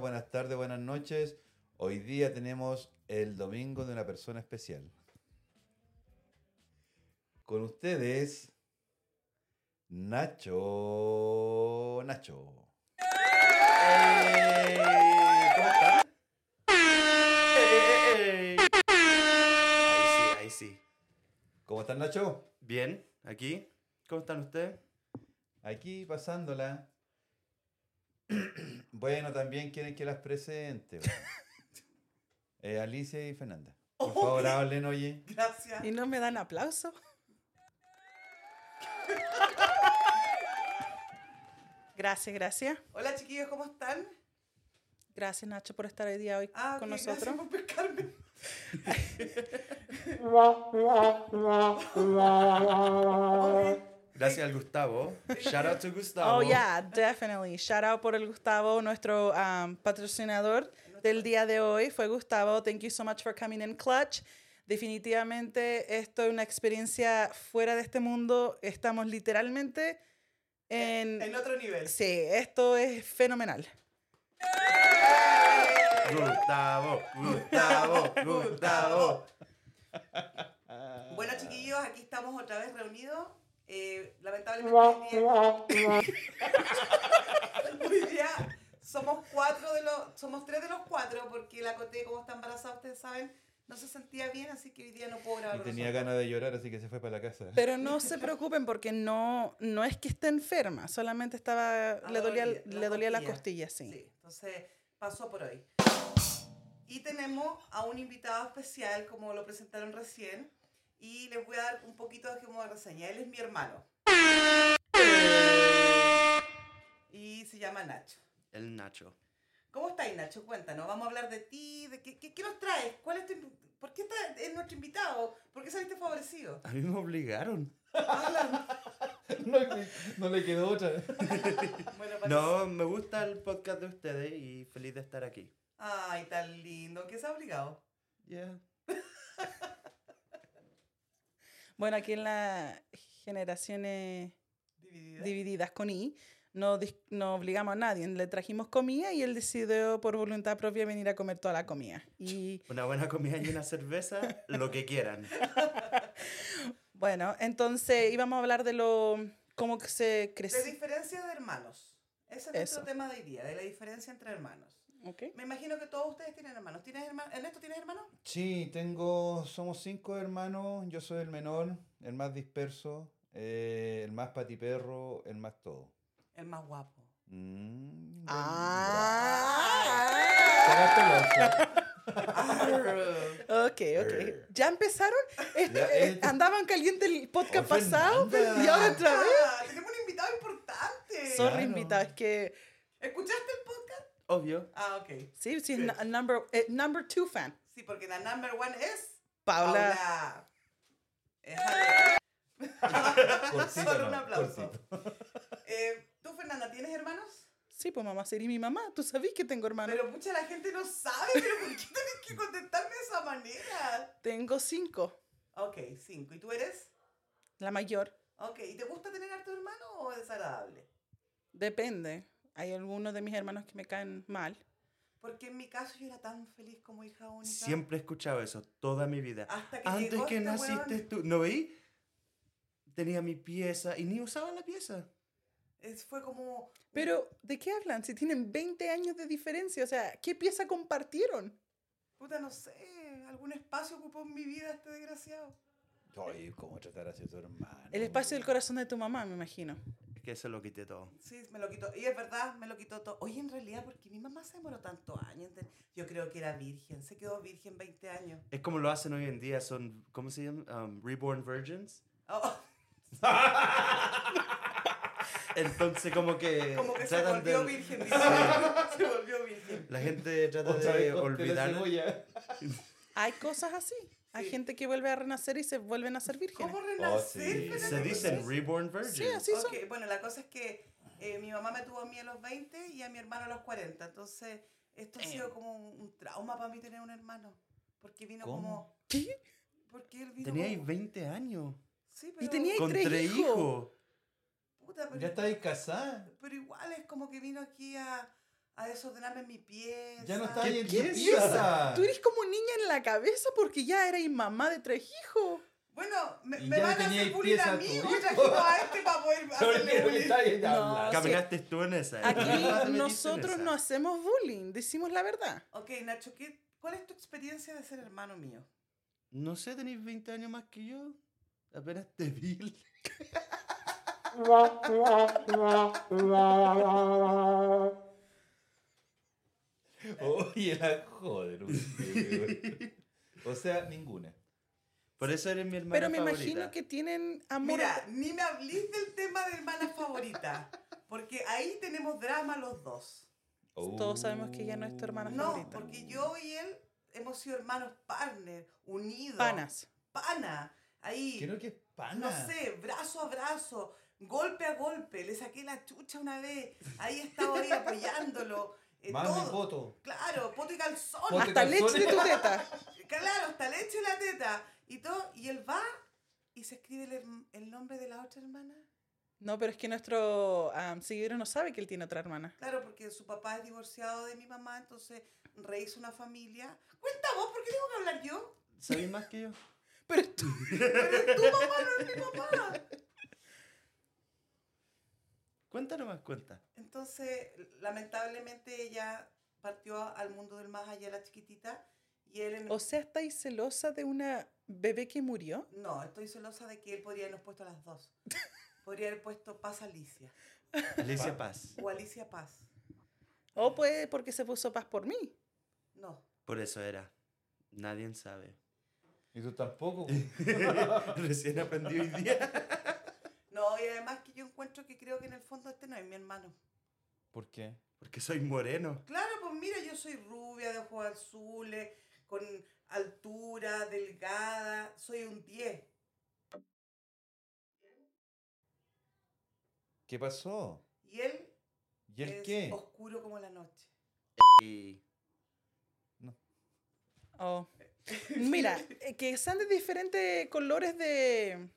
buenas tardes, buenas noches. Hoy día tenemos el domingo de una persona especial. Con ustedes, Nacho. Nacho. ¡Ey! ¿Cómo estás? ¡Ey! Ahí sí, ahí sí. ¿Cómo estás, Nacho? Bien, aquí. ¿Cómo están ustedes? Aquí pasándola. Bueno, también quieren que las presente. Eh, Alicia y Fernanda. Por favor, hablen, oye. Gracias. Y no me dan aplauso. Gracias, gracias. Hola chiquillos, ¿cómo están? Gracias, Nacho, por estar hoy día hoy Ah, con ok, nosotros. Gracias Oh, por pescarme. Gracias al Gustavo. Shout out to Gustavo. Oh, yeah, definitely. Shout out por el Gustavo, nuestro um, patrocinador del día de hoy. Fue Gustavo. Thank you so much for coming in clutch. Definitivamente esto es una experiencia fuera de este mundo. Estamos literalmente en... En otro nivel. Sí, esto es fenomenal. Gustavo, Gustavo, Gustavo. Bueno chiquillos, aquí estamos otra vez reunidos. Eh, lamentablemente hoy día, hoy día somos cuatro de los, somos tres de los cuatro porque la Cote, como está embarazada, ustedes saben, no se sentía bien, así que hoy día no puedo grabar. Y con tenía nosotros. ganas de llorar, así que se fue para la casa. Pero no se preocupen porque no, no es que esté enferma, solamente estaba, Ah, le dolía, dolía, le dolía la costilla. costilla, sí. Sí, entonces pasó por hoy. Y tenemos a un invitado especial, como lo presentaron recién, y les voy a dar un poquito de como de reseña. Él es mi hermano. Y se llama Nacho. El Nacho. ¿Cómo estáis, Nacho? Cuéntanos, vamos a hablar de ti, de qué, qué- qué nos traes, cuál es tu inv- ¿Por qué estás- es nuestro invitado? ¿Por qué saliste favorecido? A mí me obligaron. No, no le quedó otra. Bueno, parece- No, me gusta el podcast de ustedes y feliz de estar aquí. Ay, tan lindo, que se ha obligado. Yeah. Bueno, aquí en las generaciones Dividido. divididas con I, no, dis- no obligamos a nadie, le trajimos comida y él decidió por voluntad propia venir a comer toda la comida. Y Una buena comida y una cerveza, lo que quieran. bueno, entonces íbamos a hablar de lo, cómo que se De creció. diferencias de hermanos. Ese es Eso. nuestro tema de hoy día, de la diferencia entre hermanos. Ok. Me imagino que todos ustedes tienen hermanos. ¿Tienes hermano? ¿Ernesto tienes hermanos? Sí, tengo, somos cinco hermanos, yo soy el menor, el más disperso, eh, el más patiperro, el más todo. El más guapo. Mm, buen- Ah, bravo. Sacaste el once. ok, ok. ¿Ya empezaron? Este- Ya, eh, este- andaban calientes el podcast Oh, pasado Fernanda. y ahora otra vez. Ah, tenemos un invitado importante. Sorry, Claro. invitado, es que ¿Escuchaste el podcast? Obvio. Ah, ok. sí, sí, es na- number, eh, number two fan. Sí, porque la number one es Paula. Paula. Es Ale. Cortito, Solo ¿no? un aplauso. Cortito. Eh, ¿Tú, Fernanda, tienes hermanos? Sí, pues mamá sería mi mamá. Tú sabés que tengo hermanos. Pero mucha la gente no sabe, pero ¿por qué tenés que contestarme de esa manera? Tengo cinco. Ok, cinco. ¿Y tú eres? La mayor. Ok, ¿y te gusta tener harto hermano o es desagradable? Depende. Hay algunos de mis hermanos que me caen mal. Porque en mi caso yo era tan feliz como hija única. Siempre he escuchado eso toda mi vida. Hasta que Antes llegó que este naciste weón. tú, ¿no veí? Tenía mi pieza y ni usaba la pieza. Es- fue como. Pero, ¿de qué hablan? Si tienen 20 años de diferencia, o sea, ¿qué pieza compartieron? Puta, no sé. Algún espacio ocupó en mi vida este desgraciado. Ay, ¿cómo tratar así a tu hermano? El espacio del corazón de tu mamá, me imagino. Es que se lo quité todo. Sí, me lo quitó. Y es verdad, me lo quitó todo. Oye, en realidad, porque mi mamá se demoró tantos años. en ten- Yo creo que era virgen. Se quedó virgen 20 años. Es como lo hacen hoy en día, son, ¿cómo se llama? Um, reborn virgins. Oh, Entonces como que... como que se tratan volvió de- virgen. dice. Sí. Se volvió virgen. La gente trata Otra de vez corté la olvidar. cebolla. Hay cosas así. Hay Sí. gente que vuelve a renacer y se vuelven a ser vírgenes. ¿Cómo renacer? sí. Fernanda? Oh, Se dicen reborn Sí, virgins. así son. Ok, bueno, la cosa es que eh, mi mamá me tuvo a mí a los 20 y a mi hermano a los 40. Entonces, esto Eh. ha sido como un, un trauma para mí tener un hermano. Porque vino ¿Cómo? como. ¿Qué? Porque él vino. Tenía ahí como- 20 años. Sí, pero. tenía- Hay Con tres tres, hijos. hijos. puta, pero, Ya estáis casada. pero igual es como que vino aquí a, a desordenarme mi pieza. Ya no está ¿Qué ahí en tu piensas? pieza. Tú eres como niña en la cabeza porque ya eres mamá de tres hijos. Bueno, me, Y me ya van a tenía hacer ahí bullying pieza a a mí, tu me hijo. trajeron a este para poder hacerle Sobre- bullying. está ahí No. hablando. Caminaste tú en esa. Aquí ¿eh? nosotros no hacemos bullying, decimos la verdad. Ok, Nacho, ¿qué, ¿cuál es tu experiencia de ser hermano mío? No sé, tenéis 20 años más que yo. Apenas te vi. Oye, la joder. usted, weón. O sea, ninguna. Por eso eres mi hermana Pero me favorita. imagino que tienen amor. Mira, ni me hablís del tema de hermana favorita, porque ahí tenemos drama los dos. Todos sabemos que ya no es tu hermana No, favorita. porque yo y él hemos sido hermanos partner, unidos. panas. Pana. Ahí. Creo que es pana. no sé, brazo a brazo, golpe a golpe, le saqué la chucha una vez, ahí estaba ahí apoyándolo, eh, Mano y todo. poto. Claro, poto y calzón, Poto Hasta calzones. leche de tu teta. claro, hasta leche en la teta, y todo, y él va y se escribe el, herm- el nombre de la otra hermana. No, pero es que nuestro am, seguidor no sabe que él tiene otra hermana. Claro, porque su papá es divorciado de mi mamá, entonces rehizo una familia. Cuenta vos, ¿por qué tengo que hablar yo? ¿Sabéis más que yo? Pero tú, Pero tu mamá no es mi mamá. Cuenta nomás, cuenta. Entonces, lamentablemente ella partió al mundo del más allá, la chiquitita, y él en o sea, estáis celosa de una bebé que murió. No, estoy celosa de que él podría habernos puesto a las dos. Podría haber puesto Paz Alicia Alicia Paz. o Alicia Paz. O puede porque se puso paz por mí. No. Por eso era. Nadie sabe. Y tú tampoco. Recién aprendí hoy día. No, y además que yo encuentro que creo que en el fondo este no es mi hermano. ¿Por qué? Porque soy moreno. Claro, pues mira, yo soy rubia, de ojos azules, con altura, delgada, soy un 10. ¿Qué pasó? Y él ¿Y el es qué? oscuro como la noche. Y Oh. Mira, eh, que sean de diferentes colores de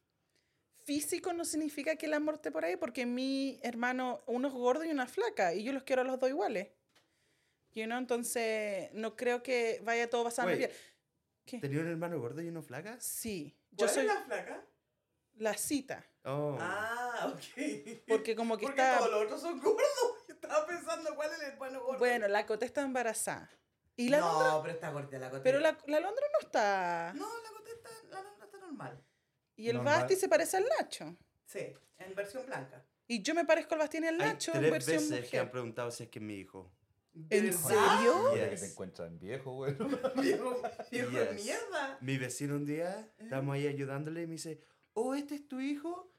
físico no significa que el amor esté por ahí, porque mi hermano, uno es gordo y una es flaca, y yo los quiero a los dos iguales. You know? Entonces, no creo que vaya todo basado en la Wait. piel. ¿Qué? tenía un hermano gordo y uno flaca. Sí, yo ¿Cuál soy es la... la flaca? cita, Oh. Ah, ok. porque como que Porque está... todos los otros son gordos. Yo estaba pensando cuál es el hermano gordo. Bueno, la Cota está embarazada. Y la no, Londra- pero está gordita la gota. Pero la, la Londra no está... No, la gota está, la Londra está normal. Y el Normal. Basti se parece al Nacho. Sí, en versión blanca. Y yo me parezco al Basti y al Hay Nacho en tres versión veces que han mujer. preguntado si es que es mi hijo. ¿De ¿En verdad? serio? Oye, que te Yes. encuentran viejo, güey. Viejo, viejo de Yes. mierda. Mi vecino un día, estábamos ahí ayudándole y me dice, oh, ¿este es tu hijo?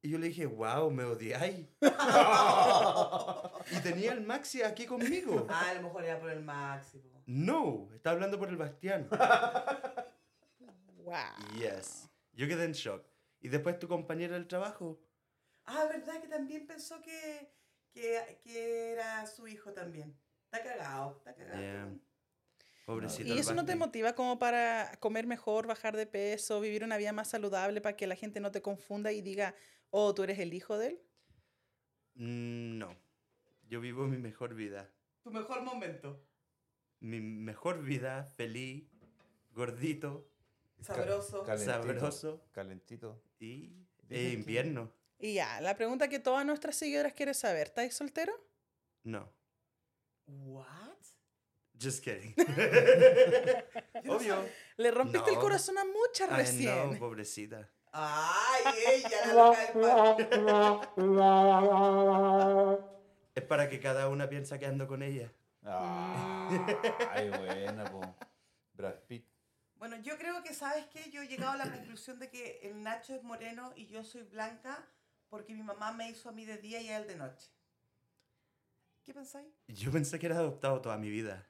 Y yo le dije, wow, me odiáis. y tenía el Maxi aquí conmigo. Ah, a lo mejor era por el máximo. No, está hablando por el Bastián. Wow. Yes. Yo quedé en shock. Y después tu compañero del trabajo. Ah, ¿verdad? Que también pensó que, que, que era su hijo también. Está cagado, está cagado. Damn. Pobrecito. ¿Y el eso no te Basti. motiva como para comer mejor, bajar de peso, vivir una vida más saludable para que la gente no te confunda y diga, oh, tú eres el hijo de él? Mm, No. Yo vivo mi mejor vida. Tu mejor momento. Mi mejor vida, feliz, gordito, Sabroso. Calentito. sabroso Calentito. y Dicen eh, que- invierno. Y ya, la pregunta que todas nuestras seguidoras quieren saber, ¿estáis soltero? No. ¿What? Just kidding. Yo no Obvio. sabía. Le rompiste el No. corazón a muchas Ay, recién. Ah, no, pobrecita. Ay, ella, la loca del parque. Es para que cada una piensa que ando con ella. Mm. Mm. Ay, buena, po. Brad Pitt. Bueno, yo creo que, ¿sabes qué? Yo he llegado a la conclusión de que el Nacho es moreno y yo soy blanca porque mi mamá me hizo a mí de día y a él de noche. ¿Qué pensáis? Yo pensé que era adoptado toda mi vida.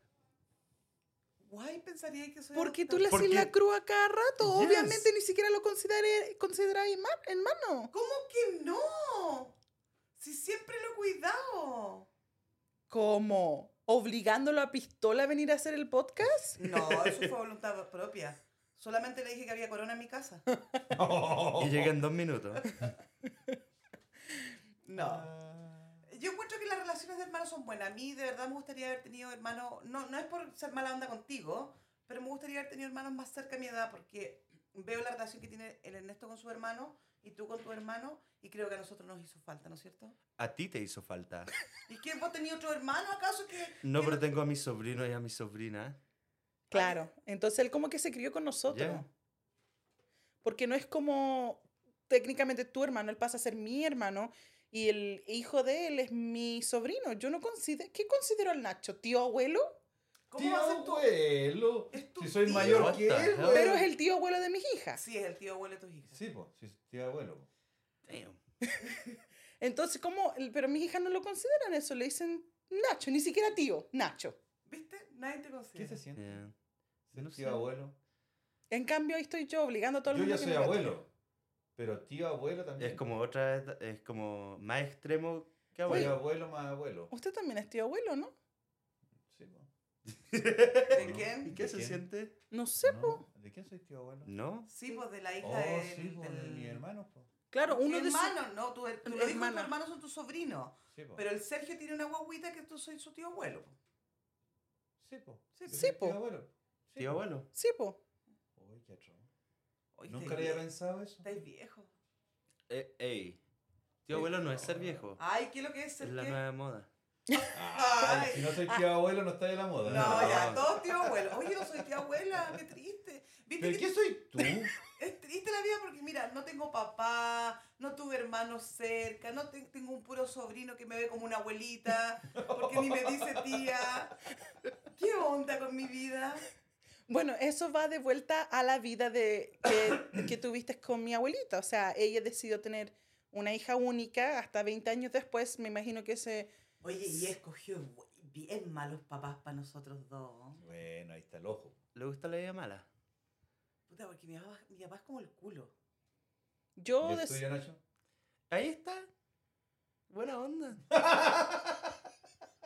Guay, pensaría que soy ¿Por qué tú adoptada. le haces Porque- la cruz a cada rato? Yes. Obviamente ni siquiera lo consideré- consideráis mar- hermano. ¿Cómo que no? Si siempre lo he cuidado. ¿Cómo? ¿Obligándolo a pistola a venir a hacer el podcast? No, eso fue voluntad propia. Solamente le dije que había corona en mi casa. Y llegué en dos minutos. Ah. No. Yo encuentro que las relaciones de hermanos son buenas. A mí de verdad me gustaría haber tenido hermanos, no, no es por ser mala onda contigo, pero me gustaría haber tenido hermanos más cerca a mi edad porque veo la relación que tiene el Ernesto con su hermano y tú con tu hermano y creo que a nosotros nos hizo falta, ¿no es cierto? A ti te hizo falta. ¿Y que vos tenías otro hermano acaso que... No, que pero tengo a mis sobrinos y a mi sobrina. Claro. Entonces él como que se crió con nosotros. Ya. Porque no es como técnicamente tu hermano, él pasa a ser mi hermano y el hijo de él es mi sobrino. Yo no considero... ¿Qué considero al Nacho? ¿Tío abuelo? ¿Cómo va a ser tu... abuelo. Es tu Si soy tío. mayor que What the él, hell? weón. Pero es el tío abuelo de mis hijas. Sí, es el tío abuelo de tus hijas. Sí, pues, si es tío abuelo. po. Damn. Entonces, ¿cómo? Pero mis hijas no lo consideran eso, le dicen Nacho, ni siquiera tío, Nacho. ¿Viste? Nadie te ¿Qué considera. se siente? Yeah. Ser No tío sé. abuelo. En cambio, ahí estoy yo obligando a todo el Yo mundo ya que soy me trate. abuelo. Pero tío abuelo también. Es como otra, eta- es como más extremo que Tío abuelo. abuelo más abuelo. Usted también es tío abuelo, ¿no? Sí, po. ¿De ¿No? quién? ¿Y qué ¿De se quién? siente? No sé, No, po. ¿De quién soy tío abuelo? ¿No? Sí, pues de la hija Oh, del- sí, pues, de del- mis hermanos, po. Claro, uno de sus- hermano, no, tu, tu, Tu lo dijo, hermana. tus hermanos son tus sobrinos. Sí, po. Pero el Sergio tiene una guaguita que tú soy su tío abuelo. po. Sí, po. Sí, Yo sí, soy po. Tío abuelo. Sí, Tío po. abuelo. Sí, po. Uy, qué atroz. Oye, Nunca estáis había vie- pensado eso. Estáis viejo. Eh, ey. Tío abuelo no es ser viejo. Ay, ¿qué es lo que es Es ser la qué? nueva moda. Ah, Ay. si no soy tío abuelo, no está de la moda. No, No. ya, todos tío abuelo. Oye, yo soy tía abuela, qué triste. ¿Viste ¿Pero que qué soy tú? es triste la vida porque, mira, no tengo papá, no tuve hermanos cerca, no te- tengo un puro sobrino que me ve como una abuelita, porque ni me dice tía. ¿Qué onda con mi vida? Bueno, eso va de vuelta a la vida de, que, que tuviste con mi abuelita. O sea, ella decidió tener una hija única hasta 20 años después. Me imagino que se... Oye, y escogió bu- bien malos papás para nosotros dos. Bueno, ahí está el ojo. ¿Le gusta la vida mala? Puta, porque mi papá, mi papá es como el culo. ¿Y Yo... el des- tuyo, Nacho? Ahí está. Buena onda.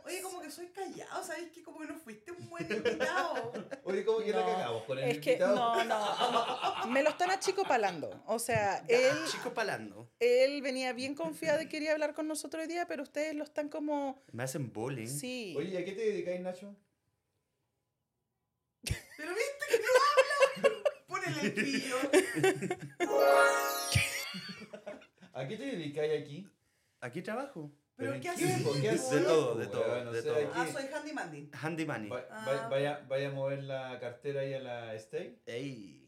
Oye, como que soy callado, ¿sabes qué? Como que no fuiste un buen invitado. Oye, ¿cómo que la No, cagamos con el Es que invitado? no, no. Me lo están achicopalando. O sea, él... Chico palando. Él venía bien confiado y quería hablar con nosotros hoy día, pero ustedes lo están como... Me hacen bullying. Sí. Oye, ¿y a qué te dedicáis, Nacho? Pero viste que no habla. Ponele el pillo. ¿A qué te dedicáis aquí? Aquí trabajo. ¿Pero en qué haces? po? ¿Qué De haces, todo, po, de todo, weón? O de sea, todo. aquí- Ah, soy Handy Mandy. Handy money. va- va- Ah. vaya, vaya a mover la cartera ahí a la stay. Ey.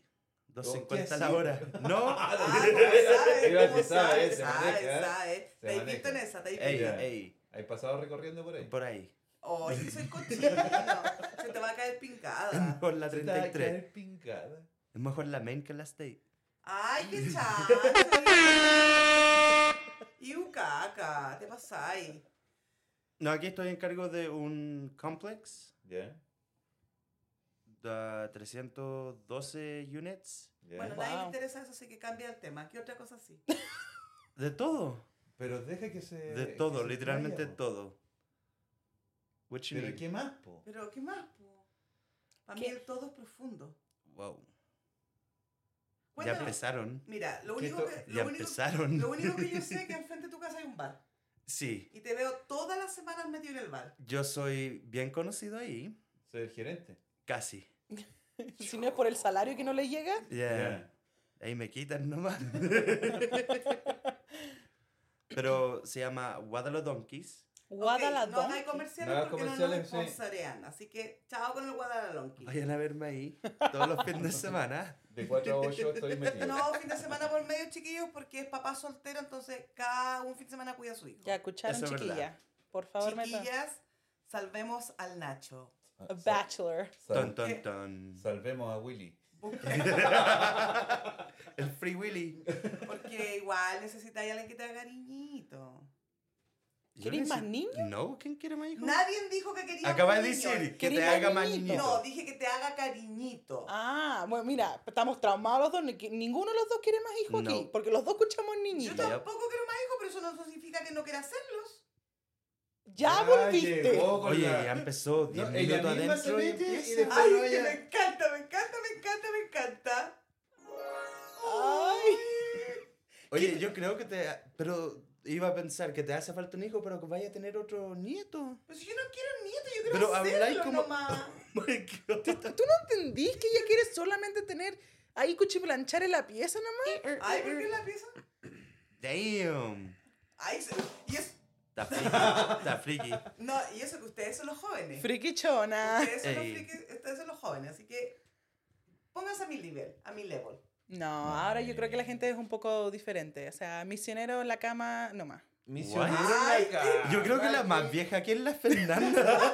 ¿Qué 2.50 haces? la hora. No. Ah, ¿cómo Iba a sabes? decir, ¿Cómo sabe, sabes? se Sabes, maneja, ¿eh? sabes. Se Te he maneja. visto en esa, te he Ey, visto. Ya. ey. ¿Hay pasado recorriendo por ahí? Por ahí. Oye, soy cochino. Se te va a caer pincada. Mejor la Se te va a 33. caer pingada. Es mejor la main que la state. Ay, qué chancha. Y un caca, te pasáis. No, aquí estoy en cargo de un complex ¿Ya? de 312 units. ¿Ya? Bueno, a nadie le Wow. interesa eso, así que cambia el tema. ¿Qué otra cosa sí? De todo. Pero deja que se... De Eh, que todo, se literalmente vaya, po. todo. What you ¿Pero need. qué más, po? Pero, ¿qué más? po? Para mí ¿Qué? el todo es profundo. Wow. Ya Cuéntanos. empezaron. Mira, lo Que único to- que, lo Ya único- empezaron. lo único que yo sé es que enfrente de tu casa hay un bar. Sí. Y te veo todas las semanas metido en el bar. Yo soy bien conocido ahí. Soy el gerente. Casi. Si no es por el salario que no le llega. Ya. Ya. Ahí me quitan nomás. Pero se llama Guadalajara Donkeys. Ok, Guadalajara. No hay comerciales No hagas porque comerciales, no nos sí. sponsorean. Así que chao con el Guadalonqui. Vayan a verme ahí todos los fines de semana. De 4 a 8 estoy metido. No, fin de semana por medio, chiquillos, porque es papá soltero, entonces cada un fin de semana cuida a su hijo. Ya escucharon, Eso es chiquilla. verdad. Por favor, metan. Chiquillas, salvemos al Nacho. A bachelor. Ah, Sal- Ton, ton, ton. Salvemos a Willy. Busca- El Free Willy. Porque igual necesitáis a alguien que te haga cariñito. ¿Queréis más niños? No, ¿quién quiere más hijos? Nadie dijo que quería Acaba de un niño. decir que ¿Queréis te más haga más niñitos? niñito. No, dije que te haga cariñito. Ah, bueno, mira, estamos traumados los dos. ni- que- Ninguno de los dos quiere más hijos No. aquí. Porque los dos escuchamos Yo niñitos. ya. tampoco quiero más hijos, pero eso no significa que no quiera hacerlos. Ya volviste. llegó Oh, con Oye, la- ya empezó No, 10 ella minutos misma se adentro. y mete y empieza. después Ay, no, que ella- me encanta, me encanta, me encanta, me encanta. Ay. Oye, yo creo que te... Pero iba a pensar que te hace falta un hijo, pero que vaya a tener otro nieto. Pues yo no quiero nieto, yo quiero Pero hacerlo habláis como- nomás. Oh my God. ¿Tú no entendís que ella quiere solamente tener ahí cuchiplanchar en la pieza nomás? Ay, ¿por qué la pieza? Damn. Ay, se- y es- Está friki. Está friki. no, y eso que ustedes son los jóvenes. Friquichona. Ustedes son, los Ey. frikis, ustedes son los jóvenes, así que pónganse a mi nivel, a mi level. No, ahora yo creo que la gente es un poco diferente. O sea, misionero en la cama, no más. Misionero What? Ay, en la cama. Yo creo que la más vieja aquí es la Fernanda.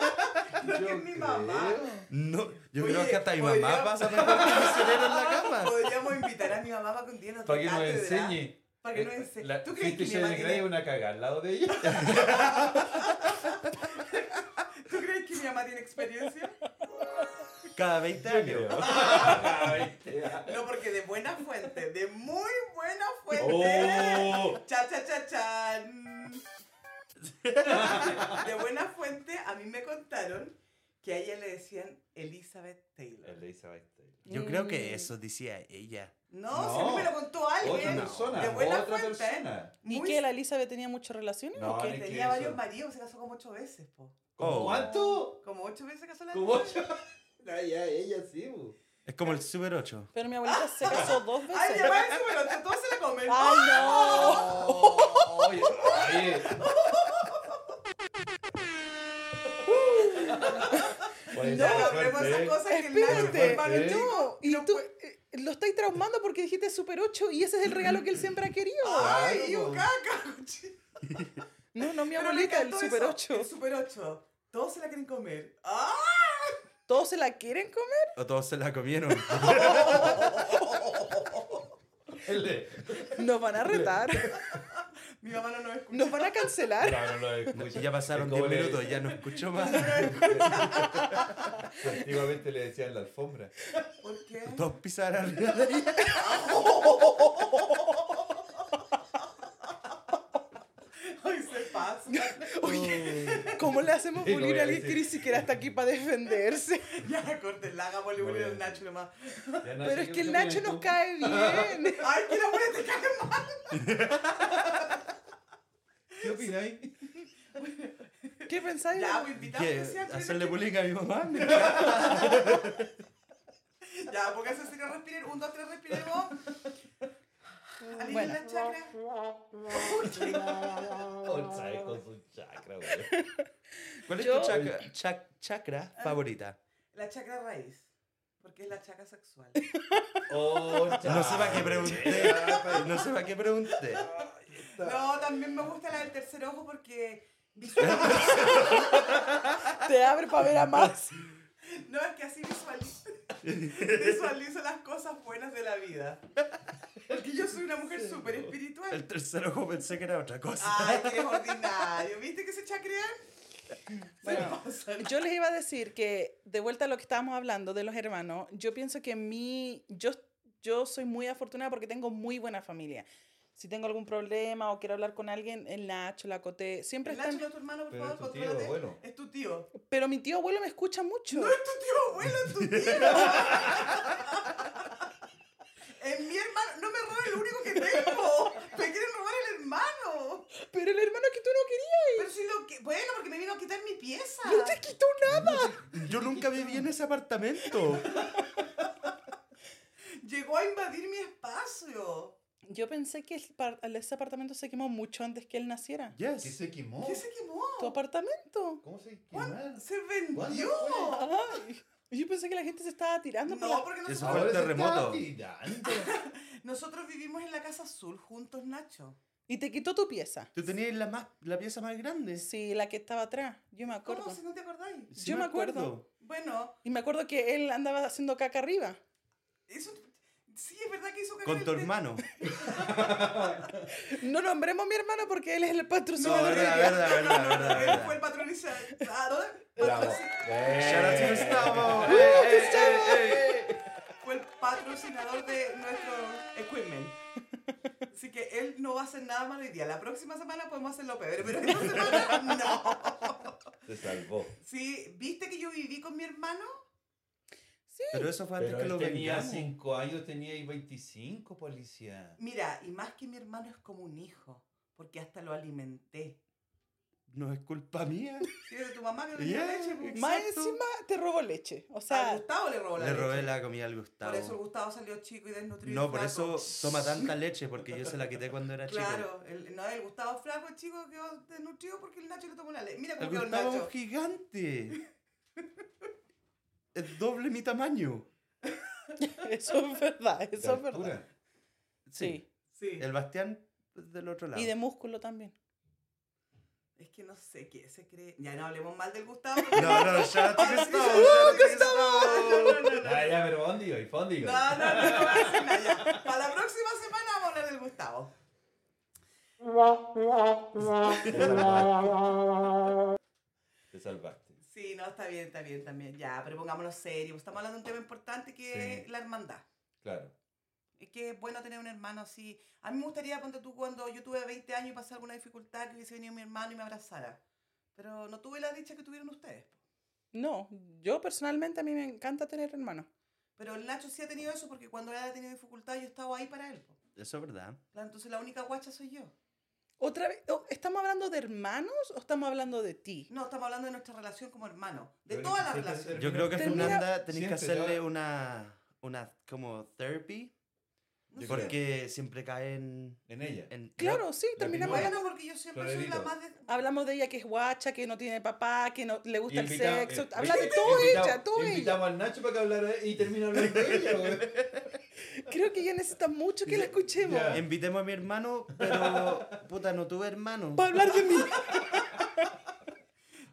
Creo que es mi mamá. No, yo Oye, creo que hasta mi podría- mamá pasa mejor que un misionero en la cama. Ah, Podríamos invitar a mi mamá para que un día nos Para que nos trate, ¿verdad? enseñe. Eh, Para que nos enseñe. La, ¿Tú crees que mi Fifty Shades mamá of Grey es tiene- una caga al lado de ella? ¿tú crees que mi mamá tiene experiencia? Cada 20 creo. años. No, porque de buena fuente, de muy buena fuente. ¡Oh! Cha, cha, cha, chan. De buena fuente, a mí me contaron que a ella le decían Elizabeth Taylor. Elizabeth Taylor. Yo creo que eso decía ella. No, si a mí No. me lo contó alguien. Otra no. persona. De buena otra fuente. persona. ¿Y Muy- que la Elizabeth tenía muchas relaciones No, o qué? ni- Tenía varios Eso. maridos, se casó como ocho veces, po. Oh. ¿Cuánto? Como ocho veces se casó la ¿Cómo? Elizabeth. Ah, ya, ella sí, bu. Es como el Super 8. Pero mi abuelita se casó dos veces. Ay, mi mamá es súper ocho, todos se la comen. ¡Ay, no! Oye, oye. Pues, No, buena hablemos de esas fuente. cosas que nadie Espérate, Pero hermano fuerte, ¿eh? chico. no, y tú eh, lo estáis traumando porque dijiste Super 8 y ese es el regalo que él siempre ha querido. Ay, Claro, y un po. caca, coche. No, no, mi Pero me abuelita, el encantó Super eso, 8. El Super 8. Todos se la quieren comer. ¡Ah! ¿Todos se la quieren comer? O todos se la comieron. L. Nos van a retar, Mi mamá no nos escucha. nos van a cancelar. No, no lo escucho. Ya pasaron Es como 10 le- minutos, ya no escucho más. Antiguamente le decían la alfombra. ¿Por qué? Dos pisaron arriba de ella. Ay, se pasa. ¿Cómo le hacemos Sí, lo bullying voy a a alguien que decir. ni siquiera está aquí para defenderse? Ya, córtenla, hagámosle Muy bullying bien. al Nacho nomás. Ya no Pero sé es qué que el opinas Nacho tú. nos cae bien. Ay, que la buena te cae mal. ¿Qué opináis? ¿Qué pensáis? Ya, pues invitamos ¿Qué? que sea. pero ¿Hacerle que- bullying a mi mamá? Me- Ya, pónganse así que respiren. Un, dos, tres, respiremos. Alivien Bueno. la chakra. Otsai con su chakra, güey. ¿Cuál es Yo- tu chakra, chac- chakra favorita? La chakra raíz. Porque es la chakra sexual. Ah, No sé para qué pregunté. No sé para qué pregunté. No, también me gusta la del tercer ojo porque visualizo. Te abre para ver a más. No, es que así visualizo, visualizo las cosas buenas de la vida. Porque yo soy una mujer súper El espiritual. tercer ojo pensé que era otra cosa. Ay, que es ordinario. ¿Viste que se chacrean? Bueno, yo les iba a decir que, de vuelta a lo que estábamos hablando de los hermanos, yo pienso que mi, yo, yo soy muy afortunada porque tengo muy buena familia. Si tengo algún problema o quiero hablar con alguien, el Nacho, la Coté, siempre El Nacho están... no es tu hermano, por Pero favor, es tu tío, contrólate. abuelo. Es tu tío. Pero mi tío abuelo me escucha mucho. No es tu tío abuelo, es tu tío. Es mi hermano. No me roben lo único que tengo. Me quieren robar el hermano. Pero el hermano que tú no querías Pero si lo que. Bueno, porque me vino a quitar mi pieza. no te quitó nada. Yo nunca viví en ese apartamento. Llegó a invadir mi espacio. Yo pensé que el par- ese apartamento se quemó mucho antes que él naciera. ¿Qué Yes. se quemó? ¿Qué se quemó? ¿Tu apartamento? ¿Cómo se quemó? ¿Cuán- ¿Se ¿Cuándo vendió? fue? Ay, yo pensé que la gente se estaba tirando por No, la... porque Eso nosotros, fue- Ahora se está terremoto. tirando. nosotros vivimos en la Casa Azul juntos, Nacho. Y te quitó tu pieza. Tú tenías la, más, la pieza más grande. Sí, la que estaba atrás. Yo me acuerdo. ¿Cómo si no te acordáis? Sí Yo me acuerdo. Bueno, Y me acuerdo que él andaba haciendo caca arriba. eso... Sí, es verdad que hizo cagar Con el tu techo. hermano. No nombremos a mi hermano porque él es el No, patrocinador. verdad, verdad, verdad, verdad. Él fue verdad. el patronizador. Bravo. Shout out to Eh. Gustavo. Eh, eh, eh, eh. Fue el patrocinador de nuestro equipment. Así que él no va a hacer nada malo hoy día. La próxima semana podemos hacerlo peor, pero esta semana no. Se salvó. Sí, ¿viste que yo viví con mi hermano? Pero eso fue antes Pero que él lo tenía vengamos. 5 años, tenía ahí 25, policía. Mira, y más que mi hermano es como un hijo, porque hasta lo alimenté. No es culpa mía. Sí, de tu mamá que no tenía Ya, leche. pues. po. exacto. Más encima Ah, te robó leche. O A sea, Gustavo le robó la Le leche. robé la comida al Gustavo. Por eso el Gustavo salió chico y desnutrido. y no, por flaco. eso toma tanta leche, porque yo se la quité cuando era chico. Claro, el, no, el Gustavo flaco, el chico quedó desnutrido porque el Nacho le tomó la leche. Mira El cómo quedó el Gustavo es Nacho. un gigante. Es doble mi tamaño. eso es verdad, Ah. de eso es altura. verdad. Sí. Sí. El Bastián es del otro lado. Y de músculo también. Es que no sé qué se cree. Ya no hablemos mal del Gustavo. porque- No, no, ya te ¡Uh, Gustavo, ya te Gustavo. No, no, no, no. Ah, ya, pero ¿dónde iba? ¿Y pa' dónde iba? No, no, no, no voy a decir nada, ya. Para la próxima semana vamos a hablar del Gustavo. Te salvaste. Te salvaste. Sí, no, está bien, está bien también. Ya, pero pongámonos serios. Estamos hablando de un tema importante que es Sí. la hermandad. Claro. Es que es bueno tener un hermano así. A mí me gustaría, ponte tú, cuando yo tuve 20 años y pasé alguna dificultad, que hubiese venido mi hermano y me abrazara. Pero no tuve la dicha que tuvieron ustedes. No, yo personalmente a mí me encanta tener hermanos. Pero el Nacho sí ha tenido eso porque cuando él ha tenido dificultad yo he estado ahí para él. po. Eso es verdad. Claro, entonces la única guacha soy yo. Otra vez, oh, ¿estamos hablando de hermanos o estamos hablando de ti? No, estamos hablando de nuestra relación como hermano. De Pero toda es la que se- relación. Yo creo que Termina- Fernanda tenéis que Siempre, ¿no? hacerle una, una como therapy, No sé. porque siempre caen En ella. en... Claro, sí, la terminamos opinión. hablando. Bueno, porque yo siempre soy la Clarito. más de... Hablamos de ella que es guacha, que no tiene papá, que no le gusta Invita- el sexo. eh, Habla de eh, todo invitamos- ella, todo ella. Invitamos al Nacho para que hablara de- y termina hablando de ella, güey. Creo que ella necesita mucho que la escuchemos. Ya. Invitemos a mi hermano, pero puta, no tuve hermano. Para hablar de mí.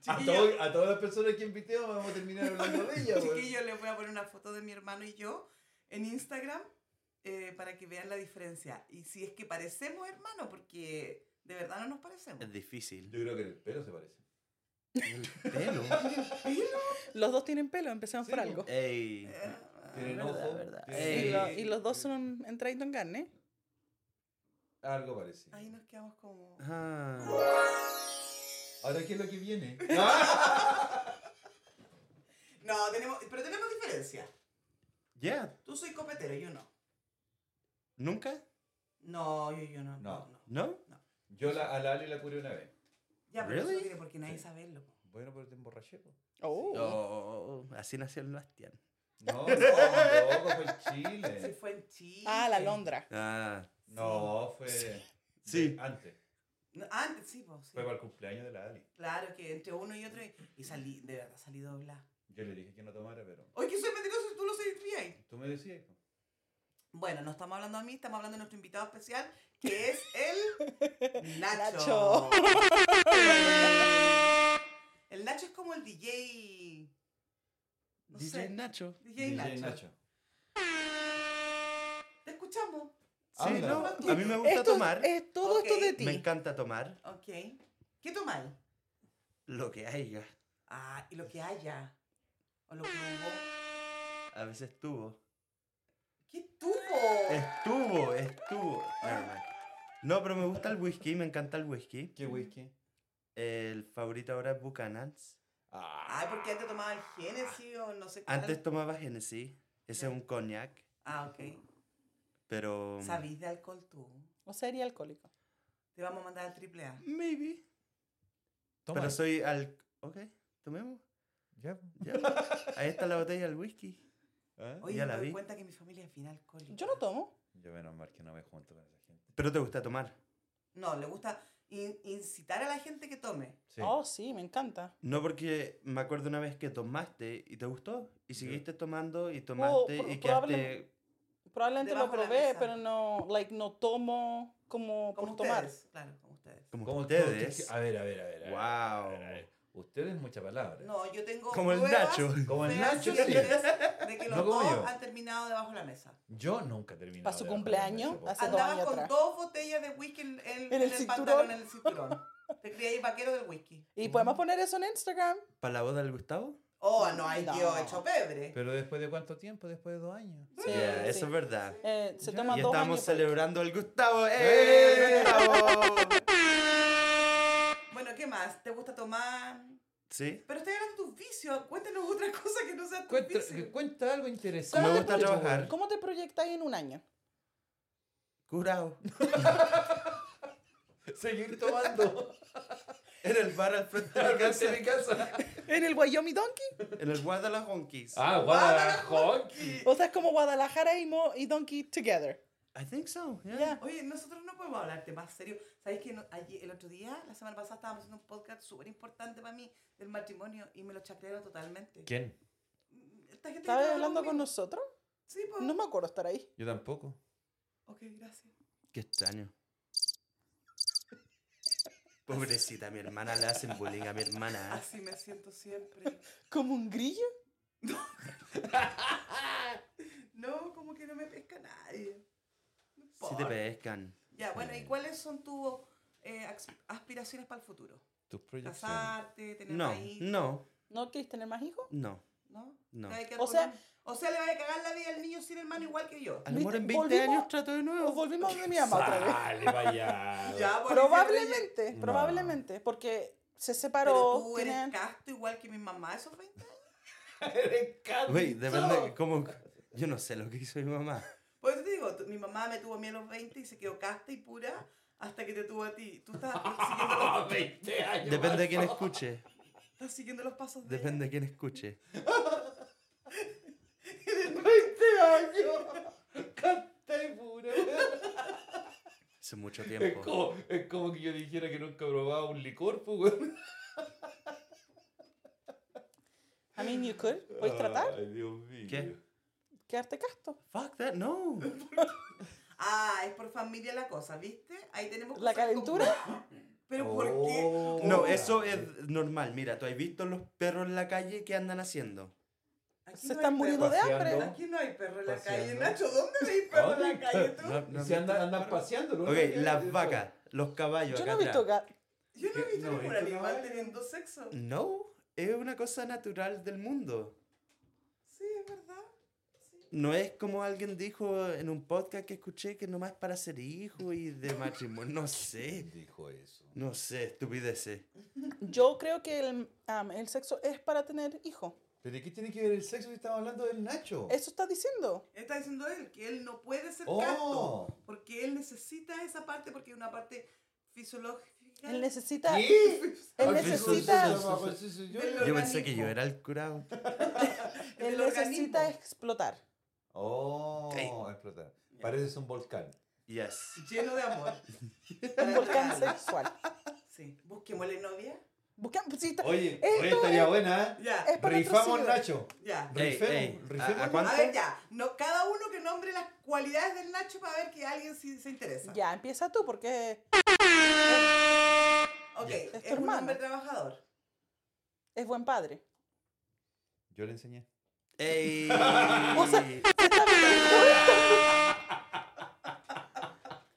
A, Chiquillo, todo- a todas las personas que invitemos vamos a terminar hablando de ella, güey. chiquillo, les voy a poner una foto de mi hermano y yo en Instagram eh, para que vean la diferencia. Y si es que parecemos hermanos, porque de verdad no nos parecemos. Es difícil. Yo creo que en el pelo se parece. El pelo. Los dos tienen pelo, empecemos Sí, por pues. algo. Ey. Eh, Tienen Verdad, ojo. verdad. tienen- Y, Ey. lo- y los dos son en Trayton Gunn, ¿eh? Algo parecido. ahí nos quedamos como... Ah. Ahora, ¿qué es lo que viene? No, tenemos, pero tenemos diferencia. Ya, Tú soy copetero, yo no. ¿nunca? No, yo, yo no. No. ¿No? Yo la, a la Ale la curé una vez. Ya, pero ¿Really? eso tiene porque nadie Sí. sabe verlo. po. Bueno, pero te emborraché, po. Oh. Oh, así nació el Bastián. No, no, loco, fue en Sí, Chile. fue en Chile. Ah, la Londra. Ah, No, fue. Sí. de- Antes. No, Antes, sí, pues. Fue para el cumpleaños de la Ali. Claro, que entre uno y otro. Y, y salí, de verdad, salí doblada. Yo le dije que no tomara, pero. Oye, que soy mentiroso y tú lo sabías. Tú me decías, po. Bueno, no estamos hablando de mí, estamos hablando de nuestro invitado especial, que es el Nacho. Nacho. el Nacho es como el DJ. No DJ sé. Nacho. DJ, Nacho. Te escuchamos. Sí, Anda. no, Ah, a mí me gusta Esto- tomar. Es todo Ok. esto de Me ti. encanta tomar Ok. ¿Qué tomáis? lo que haya. Ah, y lo que haya. O lo que hubo. A veces estuvo. ¿Qué tuvo? Estuvo, estuvo. Never mind. No, pero me gusta el whisky, me encanta el whisky. ¿Qué whisky? El favorito ahora es Buchanan's. Ah, Ay, porque antes tomaba el Genesis o no sé qué. Antes tomaba Genesis, ese es un cognac, Ah, ok. pero... ¿Sabís de alcohol tú? O sería alcohólico. Te vamos a mandar al triple A. Maybe. Toma. Pero soy al... Ok, tomemos. Ya. ya. Ahí está la botella del whisky. ¿Ah? Oye, Ya me la doy vi. cuenta que mi familia es bien alcohólica. Yo no tomo. Yo menos mal que no me junto con esa gente. Pero te gusta tomar. No, le gusta in- incitar a la gente que tome. Sí. Oh, sí, me encanta. No porque me acuerdo una vez que tomaste y te gustó. Y Yo- seguiste tomando y tomaste pro- y Oh, probablemente- quedaste... Probablemente lo Debajo de la probé, mesa. pero no, like, no tomo como por Como tomar. ustedes. Claro, como ustedes. Como ¿Cómo Ah, ustedes. A ver, a ver, a ver. a ver, Wow. a ver, a ver. Ustedes mucha palabra. No, yo tengo. Como el pruebas Nacho. Como el fehacientes Nacho, sí. De que No los como dos yo. han terminado debajo de la mesa. Yo nunca terminé. Para su cumpleaños, hace dos Andabas años con atrás. dos botellas de whisky en, en- en el el, cinturón. pantalón, en el cinturón. Te creías vaquero del whisky. Y podemos poner eso en Instagram. ¿Para la boda del Gustavo? Oh, no, ahí No. yo hecho pebre. Pero después de cuánto tiempo? Después de dos años. Sí, Yeah, sí. eso es verdad. Eh, se Ya. toma Y dos estamos años. celebrando al Gustavo. ¡Eh, ¡Eh! Gustavo! Bueno, ¿qué más? ¿Te gusta tomar? ¿Sí? Pero estoy hablando de tus vicios. Cuéntanos otra cosa que no sea tus Cuenta, vicios. cuenta algo interesante. Me gusta po, weón. trabajar. ¿Cómo te proyectáis en un año? Curado. Seguir tomando. En el bar al frente de mi casa. Alcance mi casa. ¿En el Wyoming Donkey? En el Guadalajonquis. Ah, Guadalajara. O sea, es como Guadalajara y, Mo- y Donkey together. I think so, yeah. Ya. Oye, nosotros no podemos hablarte más serio. ¿Sabéis que no- ayer- el otro día, la semana pasada, estábamos haciendo un podcast súper importante para mí del matrimonio y me lo chacrearon totalmente. ¿Quién? Esta gente que ¿Estabas trabaja hablando con conmigo. nosotros? Sí, pues. No me acuerdo estar ahí. Yo tampoco. Ok, gracias. Qué extraño. Pobrecita, mi hermana le hacen bullying a mi hermana. Así me siento siempre. ¿Como un grillo? No, como que no me pesca nadie. No Si te importa. pescan. Ya, bueno, ¿y cuáles son tus eh, as- aspiraciones para el futuro? Tus proyecciones. ¿Casarte? ¿Tener No, país? no, ¿No querés tener más hijos? no. ¿No? No. ¿Te vas a quedar O con sea- un- o sea, le vaya a cagar la vida al niño sin hermano igual que yo. A lo mejor en 20 ¿Viste? Volvimos- años trato de Nos nuevo. volvimos de mi mamá otra vez. Sale, vaya. Ya, bueno, Pero Ah, Probablemente, No. probablemente. Porque se separó. tú tienen- eres casto igual que mi mamá, eso fue. Eres cabrón. Güey, de verdad, como... Yo no sé lo que hizo mi mamá. Por eso te digo, tu- mi mamá me tuvo a mí a los 20 y se quedó casta y pura hasta que te tuvo a ti. Tú estás siguiendo los, 20 años. Depende de quién escuche. estás siguiendo los pasos de Depende de quién escuche. ella. 20 años. Canta y pura. Hace mucho Es tiempo. como, es como que yo dijera que nunca probaba un licor, pues, weón. I mean, you could. Ah. ¿Puedes tratar? Ay, Dios mío. ¿Qué? Quedarte casto. Fuck that, no. Ah, es por familia la cosa, ¿viste? Ahí tenemos ¿La cosas en común. Pero ¿por Oh, qué? No, eso es normal. Mira, tú has visto los perros en la calle que andan haciendo. Aquí Se no hay están muriendo de Paseando. hambre. Aquí no hay perro en la calle, Paseando. Nacho. ¿Dónde veis perro en la calle tú? No, no has Se andan, visto- andan paseando, ¿no? Ok, las vacas, los caballos. Yo no acá he visto atrás. gato. Yo no he visto No, ningún esto no animal hay. teniendo sexo. No, es una cosa natural del mundo. Sí, es verdad. Sí. No es como alguien dijo en un podcast que escuché que nomás es para ser hijo y de matrimonio. No sé, Dijo eso. no sé, estupideces. Yo creo que el, am, el sexo es para tener hijos. ¿Pero qué tiene que ver el sexo si estamos hablando del Nacho? Eso está diciendo. Está diciendo él que él no puede ser casto. ¡Oh! Porque él necesita esa parte, porque es una parte fisiológica. Él necesita. ¿Qué? Él Ah, necesita, sí, sí, El Yo pensé que organismo. yo era el curado. del él necesita organismo. explotar. Oh, explotar. Pareces un volcán. Yes. Lleno de amor. Un volcán Para- sexual. Sí. Busquémosle novia. Busca- sí, está- eh, Oye, Esto oye, estaría es- buena. ¿eh? Ya, Es para otro Rifamos siglo. Nacho. ya. Ey, Rifemos, ey, ¿a- rifemos. a A cuánto? ver, ya. No, cada uno que nombre las cualidades del Nacho para ver que alguien sí se interesa. Ya, empieza tú porque Ok, Ya. es, Es tu un hermano. hombre trabajador. es buen padre. Yo le enseñé. Ey.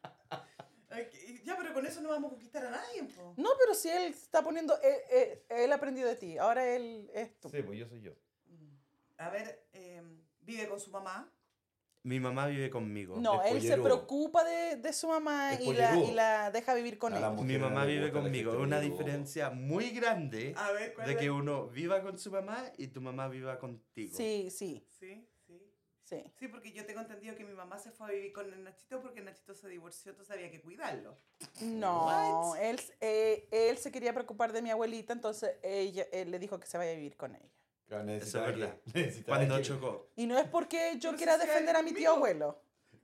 Ok, Ya, pero con eso no vamos a conquistar a nadie, po. No, pero si él está poniendo. Él, él- él aprendió de ti. Ahora él es tú. Sí, pues yo soy yo. Mm. A ver, eh, vive con su mamá. Mi mamá vive conmigo. No, es él se pollerudo. preocupa de, de su mamá Es y la, y pollerudo. la deja vivir con A él. la mujer Mi no mamá le vive gusta la conmigo. Es gente una peluda. diferencia muy grande A ver, ¿cuál de es? que uno viva con su mamá y tu mamá viva contigo. Sí, sí, Sí, sí. sí. Sí, porque yo tengo entendido que mi mamá se fue a vivir con el Nachito porque el Nachito se divorció, entonces había que cuidarlo. No, él, eh, él se quería preocupar de mi abuelita, entonces ella, él le dijo que se vaya a vivir con ella. Claro, Eso necesitaba es verdad. que- necesitaba Cuando que- chocó. Y no es porque yo Pero quiera si se va a defender a vivir mi tío conmigo. abuelo.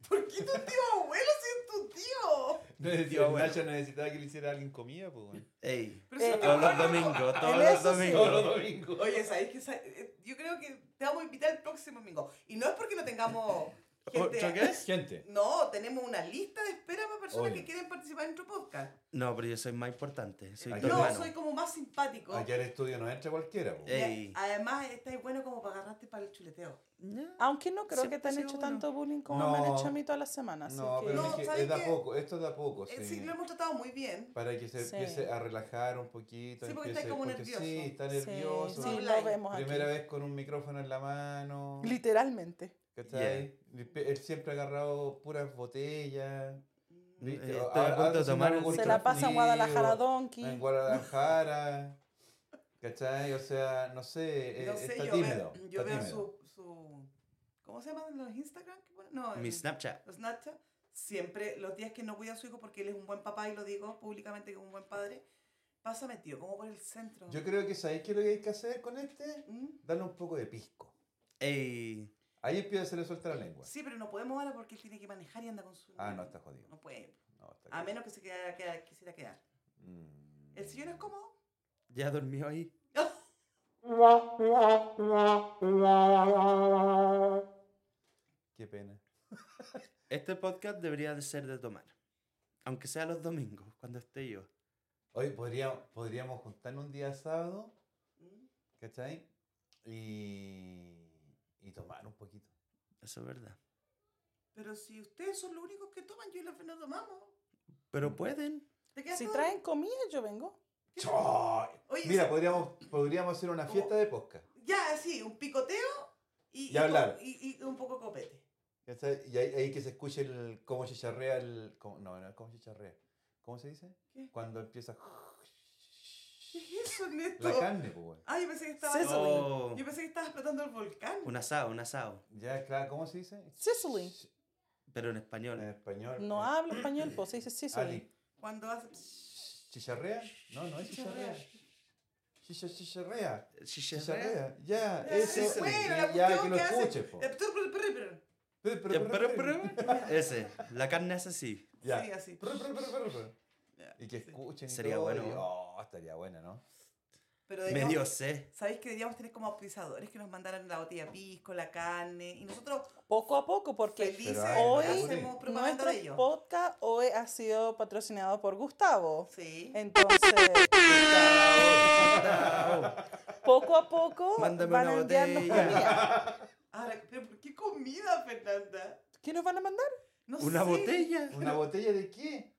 ¿Por qué tu tío abuelo si es tu tío? Necesitaba, Tío, bueno. Nacho necesitaba que le hiciera alguien comida, pues. bueno. Ey. Pero si Eh, tu Todos los abuelo- domingos, todos eso los sí. Todos los domingos. domingos. Oye, ¿sabes qué? Sa- eh, Yo creo que te vamos a invitar el próximo domingo. Y no es porque no Oh, tengamos gente... ¿Ocho qué? Gente. No, tenemos una lista de espera para personas Oye. que quieren participar en tu podcast. No, pero yo soy más importante. Soy Ay, tu no, hermano. soy como más simpático. Allá al estudio no entra cualquiera, Y pues. Eh. a- Ey. Además, estás bueno como para agarrarte para el chuleteo. Ya. Aunque no creo Siempre que te han ha sido hecho bueno. tanto bullying como me han No. hecho a mí todas las semanas. No, así que... pero No, es, que ¿sabes es de a qué? poco, esto es de a poco. Eh, Oh, Sí. Sí, lo hemos tratado muy bien. Para que se Sí. empiece a relajar un poquito. Sí, porque empiece- está como porque Sí, nervioso. está Sí, nervioso. sí, Online. lo vemos aquí. Primera vez con un micrófono en la mano. Literalmente. ¿Cachai? Él siempre ha agarrado puras botellas. ¿viste? Eh, Ahora- estoy a punto ahora de se tomar me un ocurrió Se Mucho la pasa en Guadalajara frío, Donkey. En Guadalajara. ¿Cachai? O sea, no sé, eh, No sé, está yo tímido. veo, yo está veo tímido. su, su... ¿Cómo se llaman los Instagram? que ponen? No, Mi el- Snapchat. los Snapchat. Siempre, los días que no cuida a su hijo porque él es un buen papá y lo digo públicamente que es un buen padre, pasa metido como por el centro. Yo creo que sabéis que lo que hay que hacer con este, ¿Mm? darle un poco de pisco. Ey. Ahí empieza se le suelta la lengua. Sí, pero no podemos ahora porque él tiene que manejar y anda con su... Ah, no, está jodido. No puede. No, está A bien. menos que se quedara- queda- quisiera quedar. Mm. El señor es cómodo. Ya durmió ahí. Qué pena. Este podcast debería de ser de tomar. Aunque sea los domingos, cuando esté yo. Hoy podría, podríamos juntarnos un día sábado, ¿Mm? ¿cachai? Y, y tomar un poquito. Eso es verdad. Pero si ustedes son los únicos que toman, yo y la Fernanda tomamos. Mm. Pero pueden. ¿Te quedas Si todo? traen comida, yo vengo. ¡Choy! Oye, Mira, sí. podríamos, podríamos hacer una ¿Cómo? fiesta de posca. Ya, sí, un picoteo y, Y hablar. y, y un poco copete. ¿cachai? Y ahí, ahí que se escuche el cómo chicharrea el. cómo- no, no, cómo chicharrea. ¿Cómo se dice? ¿Qué? Cuando empieza. ¿Qué es eso, Neto? La carne, pues, weón. Ah, yo pensé que estaba. Sizzling. Oh, Yo pensé que estaba explotando el volcán. un asado, un asado. Ya, claro, ¿cómo se dice? Sicily. Sh- Pero en En español. español. No eh, hablo español, pues se dice Sicily. Ali. Cuando hace. ¿Chicharrea? No, no es chicharrea. Chicha- Chicharrea. Chicharrea. Chicharrea. Ya, Ya, eso. sí, bueno, ya, la ya, cuestión que lo que hace- escuche, po. Eh, prr, prr, prr, prr. Pero, pero, Ya, pero, pero, pero, pero, Ese. La carne es así. Ya. Sí, así. Pero, pero, pero, pero, pero. Ya, Y que sí. escuchen. y Sería todo, bueno. y- oh, estaría buena, ¿no? Pero Me dio deberíamos- sed. ¿Sabéis que deberíamos tener como auspiciadores que nos mandaran la botella de pisco, la carne? Y nosotros Poco a poco, porque felices Pero hay- hoy hacemos propaganda nuestro de ellos. podcast hoy ha sido patrocinado por Gustavo. Sí. Entonces, poco a poco Mándame van una a enviarnos botella. comida. Ahora, Ah, ¿pero por qué comida, Fernanda? ¿Qué nos van a mandar? No Una sé. botella. ¿Una botella de qué?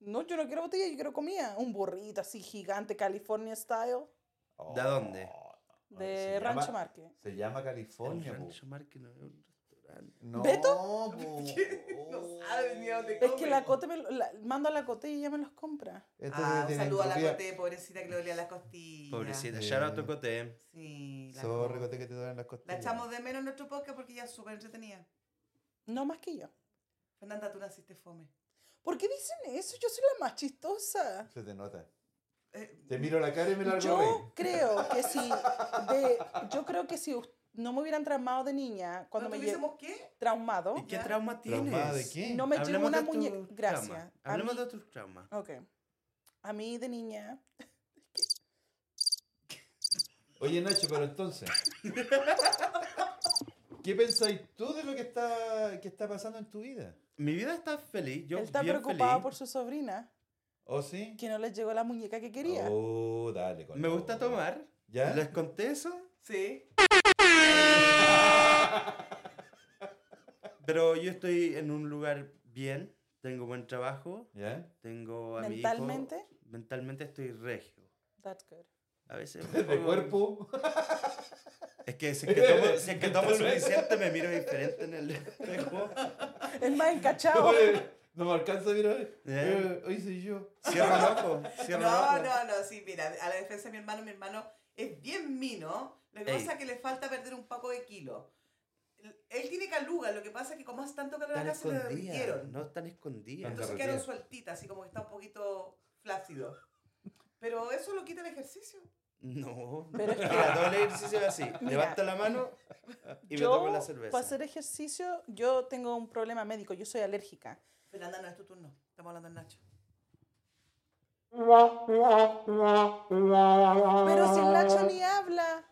No, yo no quiero botella, yo quiero comida. Un burrito así gigante, California style, Oh, ¿De dónde? se de llama- Rancho Marque. Se llama El California, po. Rancho Marque no es un restaurante. No, ¿Beto? po. No sabe ni a dónde Es que la Come. Cote, me lo- la- mando a la Cote y ella me los compra. Esto Ah, es un de saludo a la filantropía. Cote, pobrecita que le dolía las costillas. Ya. Pobrecita. Shout out to Cote. Sí, la, Sorry, Cote. Cote, que te duelen las La costillas. echamos de menos en nuestro podcast porque ella es súper entretenida. No más que yo. Fernanda, tú naciste fome. ¿Por qué dicen eso? Yo soy la más chistosa. Se te nota. Eh, Te miro la cara y me la Yo creo que si de- yo creo que si us- no me hubieran traumado de niña, cuando ¿No me lle- tuviésemos qué? traumado, ¿Y qué Ya. trauma tienes? ¿Traumada de qué? Oh, no me llevo Hablemos una de tus muñeca. traumas. Gracias. A Hablemos mí- de tus traumas. Ok. A mí de niña. Oye, Nacho, pero entonces. ¿Qué pensáis tú de lo que está, que está pasando en tu vida? Mi vida está feliz. Yo él está bien preocupado feliz. por su sobrina, ¿O sí? que no le llegó la muñeca que quería. Oh, dale. con Me la gusta boca. tomar. ¿Ya? ¿Les conté eso? Sí. Pero yo estoy en un lugar bien. Tengo buen trabajo. ¿Ya? Tengo a mi Mentalmente, hijo. Mentalmente estoy regio. that's good. A veces. un De poco- cuerpo. Es que si es que tomo, si es que tomo suficiente me miro diferente en el espejo. Es más encachado. Oye, no me alcanza a mirar. ¿Eh? Eh, Hoy soy yo. Cierro el ojo. No, Cierro el ojo. no, no, sí, mira, a la defensa de mi hermano, mi hermano es bien mino. Lo que Ey. pasa es que le falta perder un poco de kilo. L- Él tiene caluga, lo que pasa es que como hace tanto calor Están acá se le escondidas. derritieron. No están escondidas. Tanto Entonces quedaron derretidas. sueltitas, así como que está un poquito flácido. Pero eso lo quita el ejercicio. No. Pero es que- Mira, todo el ejercicio es así. Mira. Levanto la mano y me tomo la cerveza. para hacer ejercicio, yo tengo un problema médico, yo soy alérgica. Fernanda, no es tu turno. Estamos hablando de Nacho. Ah. Pero si el Nacho ni habla,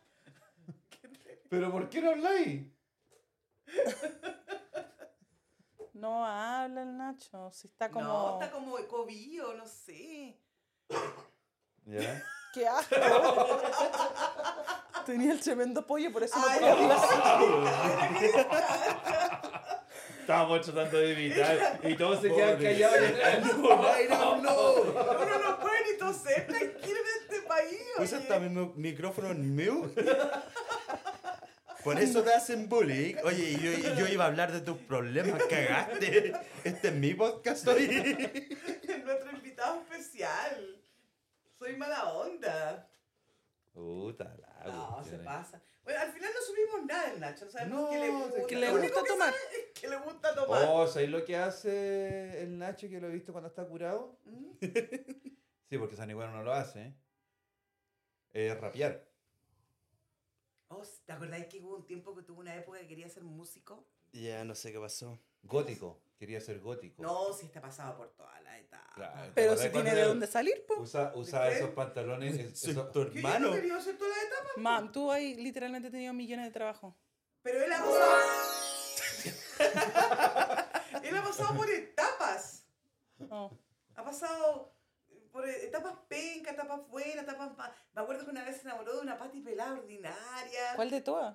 ¿Pero por qué no habláis? no habla el Nacho, si está como... No, está como cobillo, no sé. ¿Ya? ¡Qué asco! Tenía el tremendo pollo, por eso no Ay, podía hablar. Estábamos tratando de evitar y todos se quedan Pobre. callados. no, no, no. Uno no puede ni toser tranquilo en este país. oye. Usa hasta mi mi- micrófono en mute. Por eso te hacen bullying. Oye, y yo, y yo iba a hablar de tus problemas, cagaste. Este es mi podcast hoy. nuestro invitado especial. Soy mala onda. Puta la No, se cuestión. pasa. Bueno, al final no subimos nada del Nacho. No sabemos No, qué le gusta. que le Lo único gusta que tomar. sabe es que le gusta tomar. Oh, ¿sabéis lo que hace el Nacho que lo he visto cuando está curado? Mm. Sí, porque San Iguano no lo hace. ¿eh? Eh, rapear. Oh, ¿Te acordáis que hubo un tiempo que tuvo una época que quería ser músico? Ya no sé qué pasó. Gótico. Quería ser gótico. No, si está pasado por toda la etapa. Claro, ¿te Pero acordás si tiene cuando de dónde salir, po. Usa, usa ¿De qué? esos pantalones. es- Soy esos- tu Que yo no hermano. quería hacer toda la etapa. Mam, tú ahí literalmente has tenido millones de trabajo. Pero él ha pasado. él ha pasado por etapas. Oh. Ha pasado por etapas pencas, etapas buenas, etapas. ma- Me acuerdo que una vez se enamoró de una pati pelada ordinaria. ¿Cuál de todas?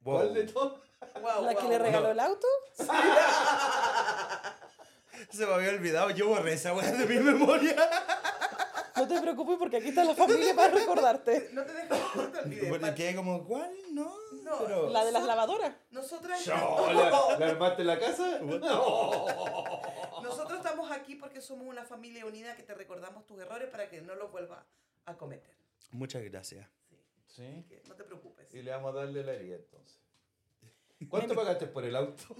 Wow. ¿Cuál de todo? Guau, ¿La que guau, le guau. regaló el auto? Se me había olvidado. Yo borré esa weá de mi memoria. No te preocupes porque aquí está la familia para recordarte. No te dejamos que te olvides. Porque Pat- quedé como, ¿cuál? No. No, pero- La de las lavadoras. Nosotras, Chao, Oh, ¿la, la armaste la casa? nosotros estamos aquí porque somos una familia unida que te recordamos tus errores para que no los vuelvas a cometer. Muchas gracias. Sí, Sí. que no te preocupes. ¿Eh? Y le vamos a darle la herida entonces. ¿Cuánto pagaste por el auto?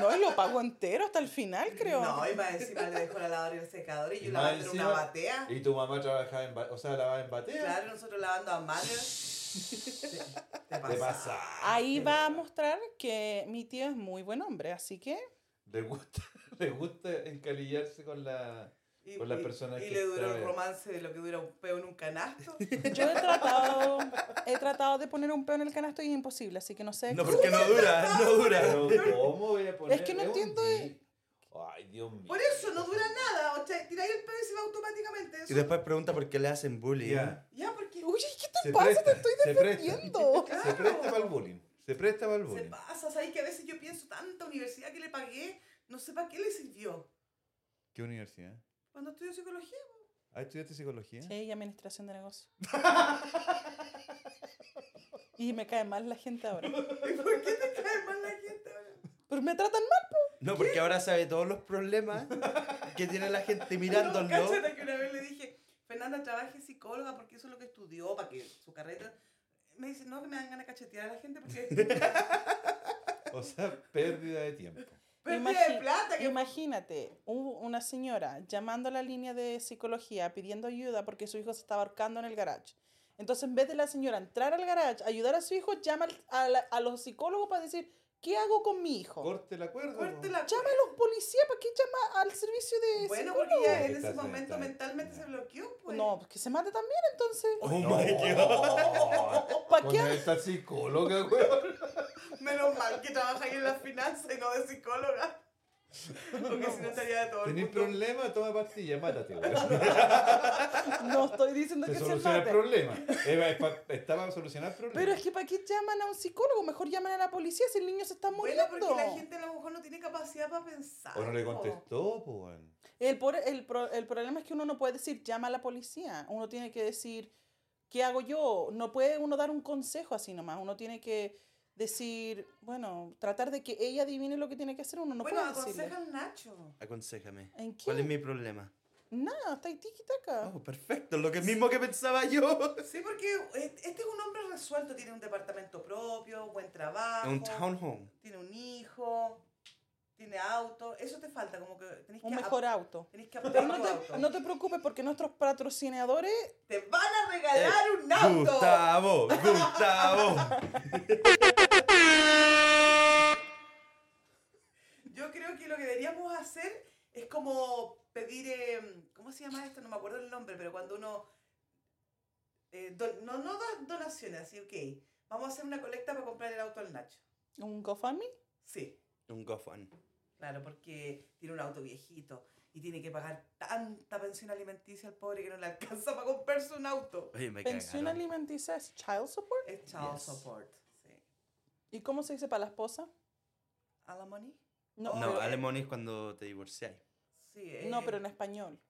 No, y lo pago entero hasta el final, creo. No, y más encima le dejó la lavadora y el secador y yo Y más lavando en una encima- batea. Y tu mamá trabajaba en, ba- o sea, lavaba en batea. Claro, nosotros lavando a mano. Te- Te Te pasa. pasa. Ahí va a mostrar que mi tío es muy buen hombre, así que Le gusta, le gusta encalillarse con la. Y, Con la y- persona y que le duró está- el romance de lo que dura un peo en un canasto. yo he tratado, he tratado de poner un peo en el canasto y es imposible, así que no sé. No, porque no dura, no dura. Pero, ¿cómo voy a poner? Es que no un entiendo, di- eh. Ay, Dios mío. Por eso no dura nada. O sea, tiráis el peo y se va automáticamente. Y Eso- después pregunta por qué le hacen bullying. Ya. Ya, porque Uy, ¿qué te Se pasa? presta, te estoy se presta. defendiendo. Uh, Se presta para el bullying. Se presta para el se bullying. pasa. ¿Sabes que a veces yo pienso tanta universidad que le pagué? No sé para qué le sirvió. ¿Qué universidad? Cuando estudió psicología. ¿Ah, estudiaste psicología? Sí, y administración de negocios. Y me cae mal la gente ahora. ¿Y por qué te cae mal la gente ahora? Pero me tratan mal. No, porque ahora sabe todos los problemas que tiene la gente No, mirándolo. cáchate que una vez le dije, Fernanda, trabaje psicóloga porque eso es lo que estudió, para que su carrera... Me dice, no, que me dan ganas de cachetear a la gente porque... O sea, pérdida de tiempo. Pérdida de Imagi- plata, que... Imagínate, hubo una señora llamando a la línea de psicología pidiendo ayuda porque su hijo se estaba ahorcando en el garage. Entonces, en vez de la señora entrar al garage, ayudar a su hijo, llama al- a, la- a los psicólogos para decir, ¿qué hago con mi hijo? Corte la cuerda. Corte po. la Llama a los policías, ¿para qué llama al servicio de Bueno, porque psicólogos? ya en Está ese bien, momento está bien. mentalmente se bloqueó, pues. No, pues que se mate también entonces. Oh my god. ¿Para Oh, Con qué? esta psicóloga, weón. Menos mal que trabaja ahí en las finanzas y no de psicóloga. Porque si no estaría de todo el Tenés mundo. problema, toma pastilla, mátate, weón. No estoy diciendo Se que se soluciona el mate. problema. Eva, es pa- Está para solucionar problemas. Pero es que ¿para qué llaman a un psicólogo? Mejor llaman a la policía si el niño se está Bueno, muriendo. porque la gente a lo mejor no tiene capacidad para pensar. O no le po. contestó, po, weón. El, por- el, pro- el problema es que uno no puede decir llama a la policía. Uno tiene que decir, ¿qué hago yo? No puede uno dar un consejo así nomás. Uno tiene que decir, bueno, tratar de que ella adivine lo que tiene que hacer. Uno no bueno, puede aconseja decirle. al Nacho. Aconsejame. ¿En qué? ¿Cuál es mi problema? Nada, está ahí tiki-taka. Oh, perfecto, lo que mismo que pensaba yo. Sí, porque eh, este es un hombre resuelto, tiene un departamento propio, buen trabajo. Un townhome. tiene un hijo, tiene auto, eso te falta, como que tenés Un que, ap- mejor auto. tenés que Pero apuntar no tu auto. te, no te preocupes porque nuestros patrocinadores... Te van a regalar un auto. Gustavo, Gustavo. Yo creo que lo que deberíamos hacer es como pedir, eh, ¿cómo se llama esto? No me acuerdo el nombre, pero cuando uno... eh, don- no, no das donaciones, así, ok. Vamos a hacer una colecta para comprar el auto al Nacho. ¿Un GoFundMe? Sí. Un gofan. Claro, porque tiene un auto viejito y tiene que pagar tanta pensión alimenticia al pobre que no le alcanza para comprarse un auto. Oye, me ¿Pensión cagaron. alimenticia es child support? Es child Yes. support. Sí. ¿Y cómo se dice para la esposa? ¿Alimony? No, No, pero, alemón es cuando te divorciáis. Sí. eh, no, pero en español.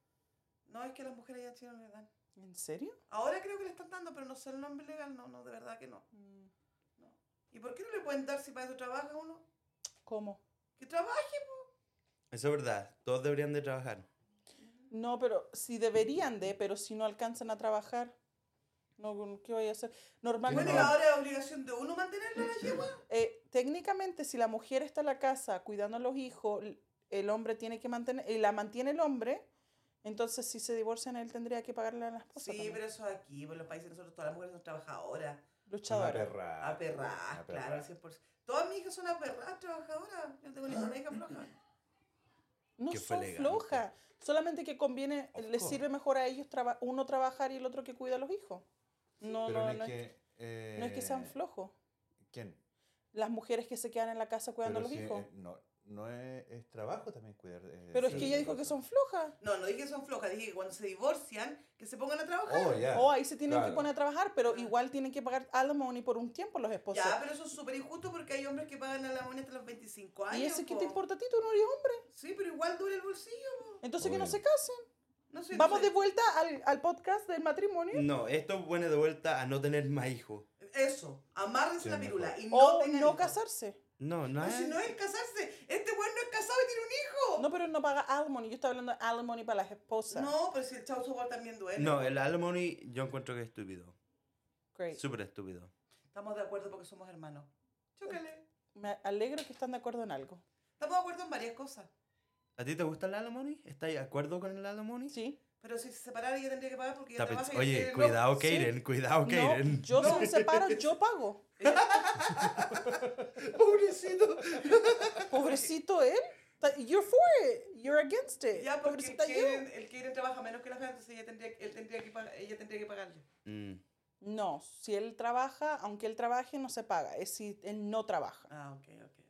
No, es que las mujeres ya en Chile no le dan. ¿En serio? Ahora creo que le están dando, pero no sé el nombre legal. No, no, de verdad que no. Mm, ¿Y por qué no le pueden dar si para eso trabaja uno? ¿Cómo? ¡Que trabaje! Eso es verdad, todos deberían de trabajar. No, pero si deberían de, pero si no alcanzan a trabajar. No, ¿qué voy a hacer? Bueno, Normalmente, y ahora es obligación de uno mantenerla la yegua. eh, técnicamente, si la mujer está en la casa cuidando a los hijos, l- el hombre tiene que mantener, y la mantiene el hombre, entonces si se divorcian, él tendría que pagarle a la esposa. Sí, también. pero eso aquí, pues, en los países de nosotros todas las mujeres son trabajadoras, Una Luchadora. perra. aperradas, claro, al 100%. Todas mis hijas son aperradas, trabajadoras. Yo no tengo ninguna hija floja. No Que fue son elegante. flojas. Solamente que conviene, Of les course. sirve mejor a ellos traba- uno trabajar y el otro que cuida a los hijos. No, Pero no, no, no es es- que. eh, no es que sean flojos. ¿Quién? Las mujeres que se quedan en la casa cuidando Pero a los si, hijos. eh, no, no es, es trabajo también cuidar. eh, Pero es sí, que ella dijo que cosas. son flojas. No, no dije que son flojas, dije que cuando se divorcian, que se pongan a trabajar. Oh, ya. O ahí se tienen que claro. poner a trabajar, pero igual tienen que pagar alimony por un tiempo los esposos. ya, pero eso es súper injusto porque hay hombres que pagan a la moneda hasta los 25 años. ¿Y eso qué po. te importa a ti? Tú no eres hombre. Sí, pero igual dura el bolsillo. Entonces que no Obvio. se casen. No sé. Vamos no de sé. vuelta al, al podcast del matrimonio. No, esto pone de vuelta a no tener más hijos. Eso, amárrense Sí, la mejor. pirula y no o tengan no hijos. casarse. No, no Pero es. Ah, si no es casarse, este weón no es casado y tiene un No, pero no paga alimony. Yo estaba hablando de alimony para las esposas. hijo. No, pero si el chau sobar también duele. No, el alimony yo encuentro que es estúpido. Great. Súper estúpido. Estamos de acuerdo porque somos hermanos. Chócale. Me alegro que están de acuerdo en algo. Estamos de acuerdo en varias cosas. ¿A ti te gusta el alimony? ¿Estás de acuerdo con el alimony? Sí. Pero si se separara ella tendría que pagar porque ella Está pens- trabaja y Oye, él no. cuidado, Sí. Kaden, cuidado, Kaden. No, yo si me separo, yo pago. Pobrecito. Pobrecito él. Ta- You're for it. You're against it. Ya, porque el Pobrecita yo. Karen, el Karen trabaja menos que la gente, entonces ella tendría, él tendría que, pag- ella tendría que pagarle. Mm. No, si él trabaja, aunque él trabaje, no se paga. Es si él no trabaja. Ah, ok, ok, ok.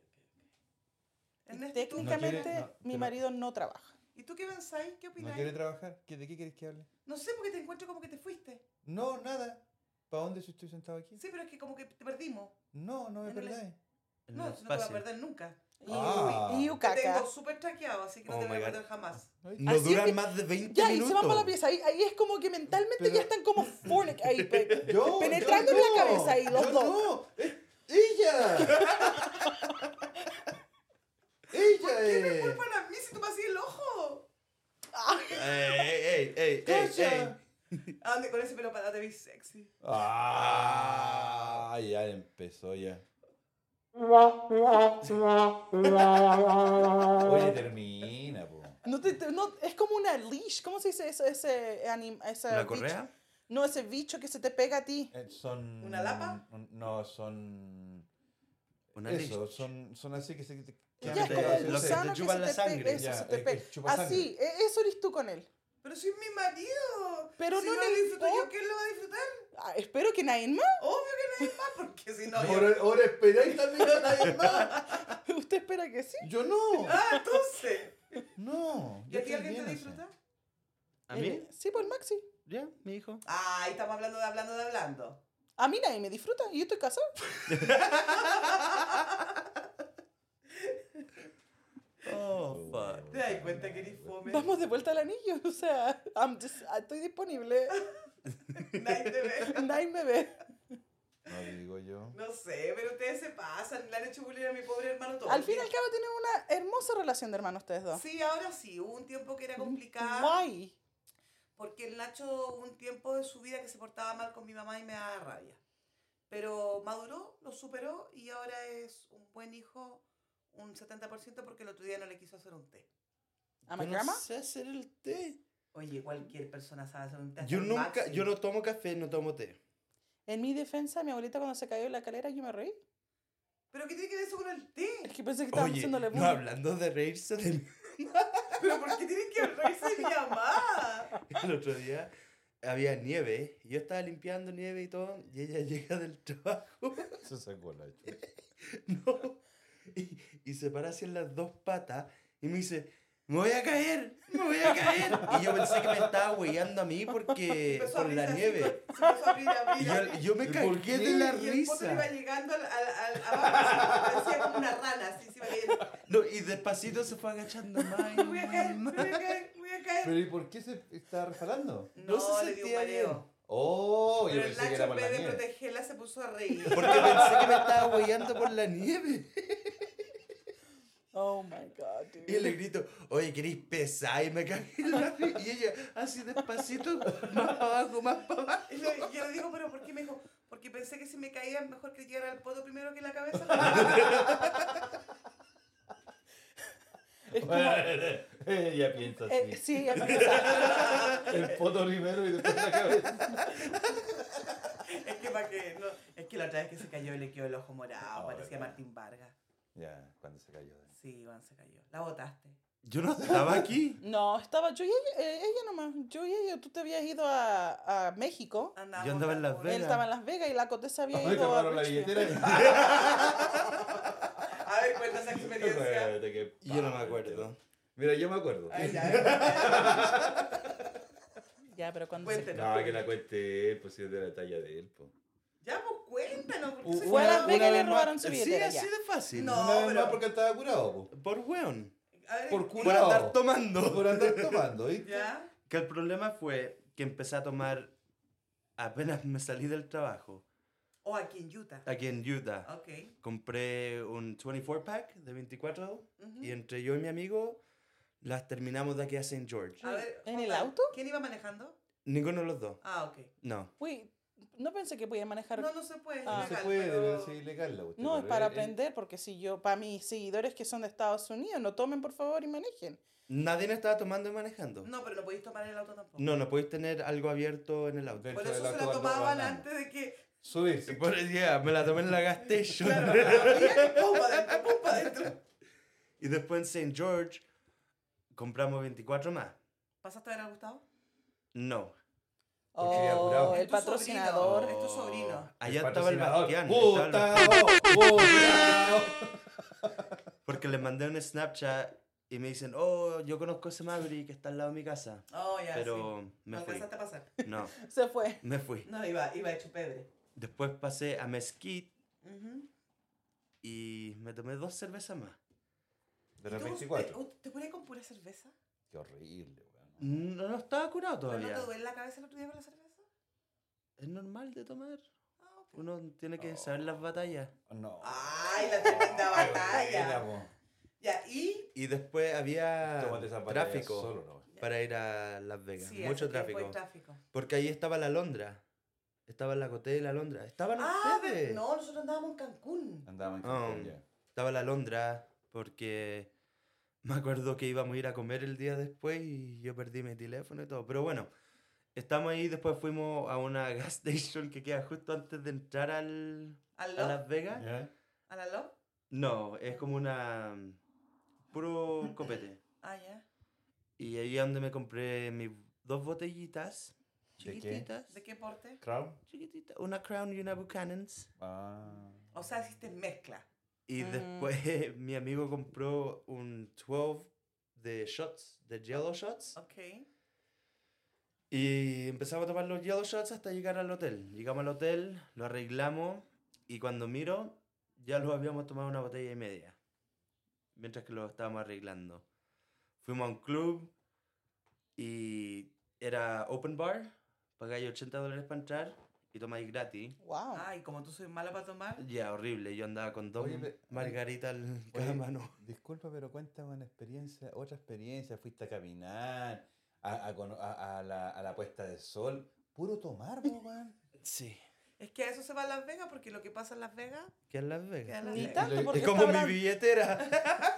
Y Ernesto, ¿y tú qué- técnicamente, quiere- no, mi pero- marido no trabaja. ¿y tú qué pensáis? ¿Qué ¿No Oh, opináis? No, quiere trabajar? ¿Qué- ¿De qué quieres que hable? sé, porque te encuentro como que te fuiste. No, nada. ¿Para dónde estoy sentado aquí? Sí, pero es que como que te perdimos. No, no es En el- verdad. No, si no te vas a perder nunca. Y, Ah. y Te Yukaka. tengo súper traqueado, así que no Oh te voy a my God. perder jamás. No Así duran que- más de 20 Ya, y minutos. se van para la pieza. Ahí, ahí es como que mentalmente Pero- ya están como fornic ahí, pe- Yo, penetrando yo en la no, cabeza ahí los yo dos. No, es ella. ella ¿Qué es. culpa era a mí si tú me hacías el ojo? Ey, ey, ey, ey, ey. ¡Cacha! ¿A dónde con ese pelo para te vi sexy? Ah, ya empezó ya. Oye, termina, po. No te- te- no, es como una leash. ¿Cómo se dice eso? Ese, anim- esa ¿La bicho? correa? No, ese bicho que se te pega a ti. Eh, Son. ¿Una lapa? un- no, son. Una eso, leash. son, son así que se. que te- Ya, que es te- como un lo que te gusano que, chupa se la te sangre. pega. Eso Ya, se te eh, pega. eh, chupa Así, e- eso eres tú con él. Pero si es mi marido. Pero si no lo le disfruto yo, importa. ¿quién lo va a disfrutar? Ah, espero que nadie más. Obvio que nadie más, porque si no yo... Ahora, ahora esperáis también a nadie más. ¿Usted espera que sí? Yo no. Ah, entonces. No. ¿Y a ti estoy alguien bien te así. disfruta? ¿A mí? Eh, Sí, por Maxi. Ya, mi hijo. Ay, estamos hablando de hablando de hablando. A mí nadie me disfruta. y Yo estoy casado. Oh, fuck. ¿Te das cuenta que eres fome? Vamos de vuelta al anillo. O sea, I'm just- estoy disponible. Nadie te ve. nadie me ve. No digo yo. No sé, pero ustedes se pasan. Le han hecho bullying a mi pobre hermano todo. Al el fin y día. al cabo tienen una hermosa relación de hermanos ustedes dos. Sí, ahora sí. Hubo un tiempo Mm, que era complicado. Why? Porque el Nacho hubo un tiempo de su vida que se portaba mal con mi mamá y me daba rabia. Pero maduró, lo superó y ahora es un buen hijo, un 70% porque el otro día no le quiso hacer un té. ¿A mi grandma? sé hacer el té. Oye, cualquier persona sabe hacer un té. hasta Yo el nunca, Maxi. yo no tomo café, no tomo té. En mi defensa, mi abuelita cuando se cayó en la calera, yo me reí. ¿Pero qué tiene que ver eso con el té? Es que pensé que estaban Oye, haciéndole no, bullying. hablando de reírse de mí, ¿Pero por qué tienen que reírse de mi mamá? el otro día había nieve, yo estaba limpiando nieve y todo, y ella llega del trabajo, Se sacó la chucha. no, y, y se para así en las dos patas y me dice, me voy a caer, me voy a caer. Y yo pensé que me estaba hueando a mí porque, Empezó a por la abrirse así, nieve. Se empezó a abrir, a Y abrir, a yo, abrir. yo me ¿Y por cagué qué? de la Y el poto iba risa. llegando al, al, al- abajo, así, parecía como una rana, así se iba cayendo. No, y despacito se fue agachando más. y Voy a más y caer, más. voy a caer, voy a caer. Pero ¿y por qué se está resbalando? No, No se le dio un sentía mareo. bien. Oh, yo Pero el pensé que era Nacho, en por la vez de nieve. protegerla, se puso a reír. Porque pensé que me estaba hueando por la nieve. Oh my God, dude. Y le grito, oye, ¿querés pesar? Y me cagué en la ri- Y ella, así despacito, más para abajo, más para abajo. Y le- yo le digo, pero ¿por qué me dijo? Porque pensé que si me caía mejor que llegara al poto primero que la cabeza. Es como- "Ah, Ella piensa eh, así. sí, es- o sea, El poto primero y después la cabeza. es que para que no, es que la otra vez que se cayó le quedó el ojo morado, parecía Martín Vargas. Ya, cuando se cayó. de- Sí, Iván se cayó. La botaste. Yo no estaba aquí. no, estaba yo y ella, eh, ella nomás. Yo y ella, tú te habías ido a, a México. Andaba Yo andaba en Las Él Vegas. estaba en Las Vegas y la Cote se había Ay, ido a tomaron la Richmond. billetera. A ver, cuenta esa experiencia. Espérate, que- Y yo no me acuerdo. Mira, yo me acuerdo. Ay, ya, ya, Ya, pero cuando se... Cuéntenos. No, que la cuente él, pues si es de la talla de él. po. Ya, pues cuéntanos. porque soy Fue a yo. Las Vegas y le vez más- robaron su Sí, billetera. así ya. de fácil. No, Una vez pero- más porque estaba curado, po. Por weón. A ver, Por Por curado. andar tomando. Por andar tomando, ¿viste? ¿Ya? Que el problema fue que empecé a tomar apenas me salí del trabajo. O aquí en Utah. Aquí en Utah. Ok. Compré un 24 pack de 24 Ujú. y entre yo y mi amigo las terminamos de aquí a St. George. A ver, ¿En el Juan, auto? ¿Quién iba manejando? Ninguno de los dos. Ah, ok. No. Uy, no pensé que podía manejar... No, no se puede. es Ah. No se ilegal, puede, pero pero- es ilegal la cuestión, No, es pero para él- él- aprender, porque si yo, para mis seguidores que son de Estados Unidos, no tomen por favor y manejen. Nadie estaba tomando y manejando. No, pero no podéis tomar en el auto tampoco. No, no podéis tener algo abierto en el auto. Del- Por Dentro eso del se la auto van dos tomaban bananas. antes de que. Subirse. Por el día, me la tomé en la gas station. Pum pa' adentro, pum pa' adentro. Y después en St. George compramos 24 más. ¿Pasaste a ver a Gustavo? No. Porque ya curado. Oh, el Es tu sobrino. patrocinador. Es tu sobrino. Oh. Allá estaba el Bastián. estaba el- Gustavo, oh, Gustavo. Porque les mandé un Snapchat y me dicen, oh, yo conozco ese Maverick que está al lado de mi casa. Oh, ya. sí. Pero me No fui. alcanzaste a pasar. No, Se fue. me fui. No, iba, iba hecho pebre. Después pasé a Mesquite Ujú. y me tomé dos cervezas más. De ¿Y las tú, eh, 24. ¿Te, te pones con pura cerveza? Qué horrible, weón. No, no estaba curado ¿Pero no todavía. te duele la cabeza el otro día con la cerveza? Es normal de tomar. Ah, ok. Uno tiene que No. saber las batallas. No. Ay, la tremenda No, batalla. buena, po. Ya, y Y después había Tómate esa batalla tráfico solo, no. para ir a Las Vegas. Sí, Mucho hace tiempo tráfico. hay tráfico. Porque ahí estaba la Londra. Estaba la Coté y la Londra. Estaban Ah, ustedes. pero no, nosotros andábamos en Cancún. Andaba en Ah, Cancún um, ya. Estaba la Londra porque me acuerdo que íbamos a ir a comer el día después y yo perdí mi teléfono y todo. Pero bueno, estamos ahí. Después fuimos a una gas station que queda justo antes de entrar al, ¿Al a Las Love? Vegas. ¿Ya? ¿A la Love? No, es como una. puro copete. Ah, ya. Y ahí es donde me compré mis dos botellitas. ¿De qué? Chiquititas. ¿De qué porte? ¿Crown? Chiquititas. Una Crown y una Buchanan's. Ah. O sea, hiciste mezcla. Y Mm. después mi amigo compró un 12 de shots, de yellow shots. Ok. Y empezamos a tomar los yellow shots hasta llegar al hotel. Llegamos al hotel, lo arreglamos y cuando miro, ya lo habíamos tomado una botella y media. Mientras que lo estábamos arreglando. Fuimos a un club y era open bar. Pagáis 80 dólares para entrar y tomáis gratis. Wow. Ay, como tú soy mala para tomar. Ya, horrible. Yo andaba con dos Oye, pe- margaritas en Oye, cada mano. Disculpa, pero cuéntame una experiencia, otra experiencia. Fuiste a caminar, a, a cono- a- a la, a la puesta de sol. Puro tomar, po, weón. Sí. Es que a eso se va a Las Vegas porque lo que pasa en Las Vegas ¿Qué es Las Vegas? queda en Las Ni Vegas. tanto, Es porque Es como está mi hablando- billetera.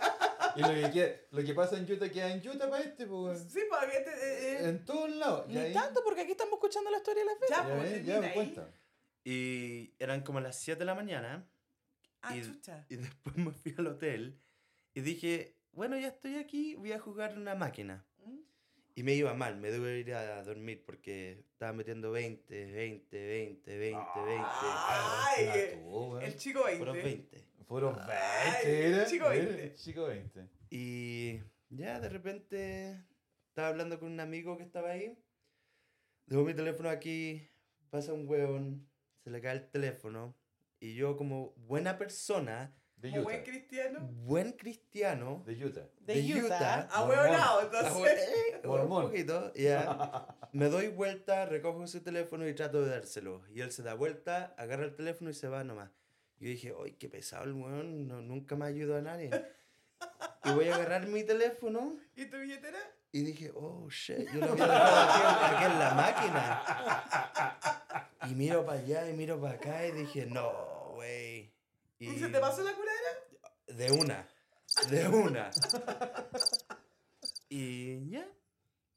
Y lo que, queda- lo que pasa en Utah queda en Utah para este, po, weón. Sí, pues había. te- eh, eh, En todos lados. Y Ni ahí- tanto, porque aquí estamos escuchando la historia de las veces. Ya, Ya, pues, ves, termina ya, me ahí. cuenta. Y eran como las 7 de la mañana. Ah, y- chucha. Y después me fui al hotel. Y dije, bueno, ya estoy aquí, voy a jugar una máquina. ¿Mm? Y me iba mal, me debo ir a dormir porque estaba metiendo 20, 20, 20, 20, 20. Ay, Ah, tú, weón. El chico Puros 20. 20. Puros Ay, 20, era. chico era 20. Chico 20. Y ya de repente estaba hablando con un amigo que estaba ahí. Dejo mi teléfono aquí, pasa un hueón, se le cae el teléfono. Y yo como buena persona, De Como buen Utah. cristiano. buen cristiano, De Utah. De, de Utah. Utah. Ah, Mormón. huevonao, Ah, entonces. bueno, eh, Mormón. Un poquito, ya. Me doy vuelta, recojo su teléfono y trato de dárselo. Y él se da vuelta, agarra el teléfono y se va nomás. Yo dije, ¡ay, qué pesado el weón! no- nunca me ayudó a nadie. Y voy a agarrar mi teléfono ¿Y tu billetera? y dije, oh shit, yo lo había dejado aquí, aquí en la máquina. Y miro para allá y miro para acá y dije, no, güey. ¿Y, se te pasó la curadera? De una. De una. Y ya.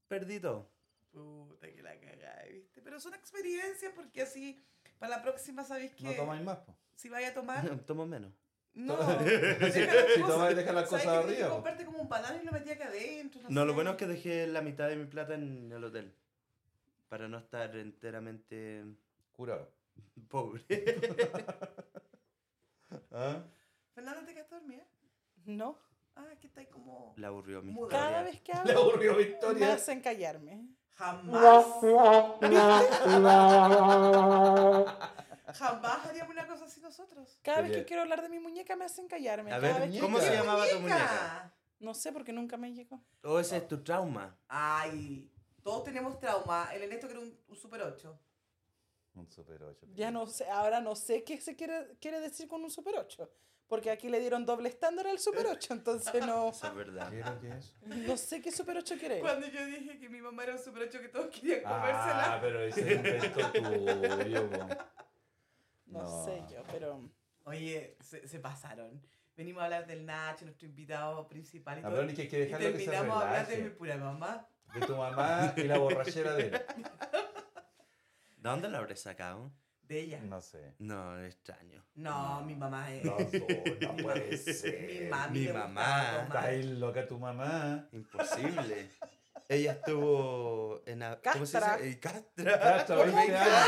Perdí todo. Puta, que la cagáis, ¿viste? Pero son experiencias porque así, para la próxima sabéis que No tomáis más, po. si vais a tomar, Tomo menos. no. si tomáis, deja las cosas arriba, po. Comparte como un banano y lo metí acá adentro. No, lo sé. bueno es que dejé la mitad de mi plata en el hotel. Para no estar enteramente Curado. pobre. ¿Ah? Fernanda, ¿te quedaste dormida? No. Ah, es que está ahí como... La aburrió mi Muda. historia. Cada vez que Le hablo, aburrió me Victoria. hacen callarme. Jamás. Jamás haríamos una cosa así nosotros. Cada vez Oye. que quiero hablar de mi muñeca, me hacen callarme. A Cada ver, vez que ¿cómo se quiero- llamaba tu muñeca? No sé, porque nunca me llegó. O Oh, ese es tu trauma. Ay, todos tenemos trauma. El Ernesto que era un, un super 8. Un super 8. Ya no sé, ahora no sé qué se quiere, quiere decir con un Super 8. Porque aquí le dieron doble estándar al Super 8, entonces no, Eso es verdad. ¿Qué es lo que es? no sé qué Super 8 quiere. Cuando yo dije que mi mamá era un super 8 que todos querían Ah, comérsela. pero ese es invento tuyo, po. No, No. sé yo, pero... Oye, se, se pasaron. Venimos a hablar del Nacho, nuestro invitado principal. Y, A ver, todo, ni Ah, que, que y dejarlo que se terminamos a hablar de mi relaje. pura mamá. De tu mamá y la borrachera de él. ¿De dónde lo habré sacado? De ella. No, No sé. No, extraño. mi mamá es. No, no puede Mi ser. mami. Mi le mamá. gustaba tomar. Está ahí loca tu mamá. Imposible. Ella estuvo en... a- ¿Cómo se Castra. dice? En Castra. Casta, 20 años.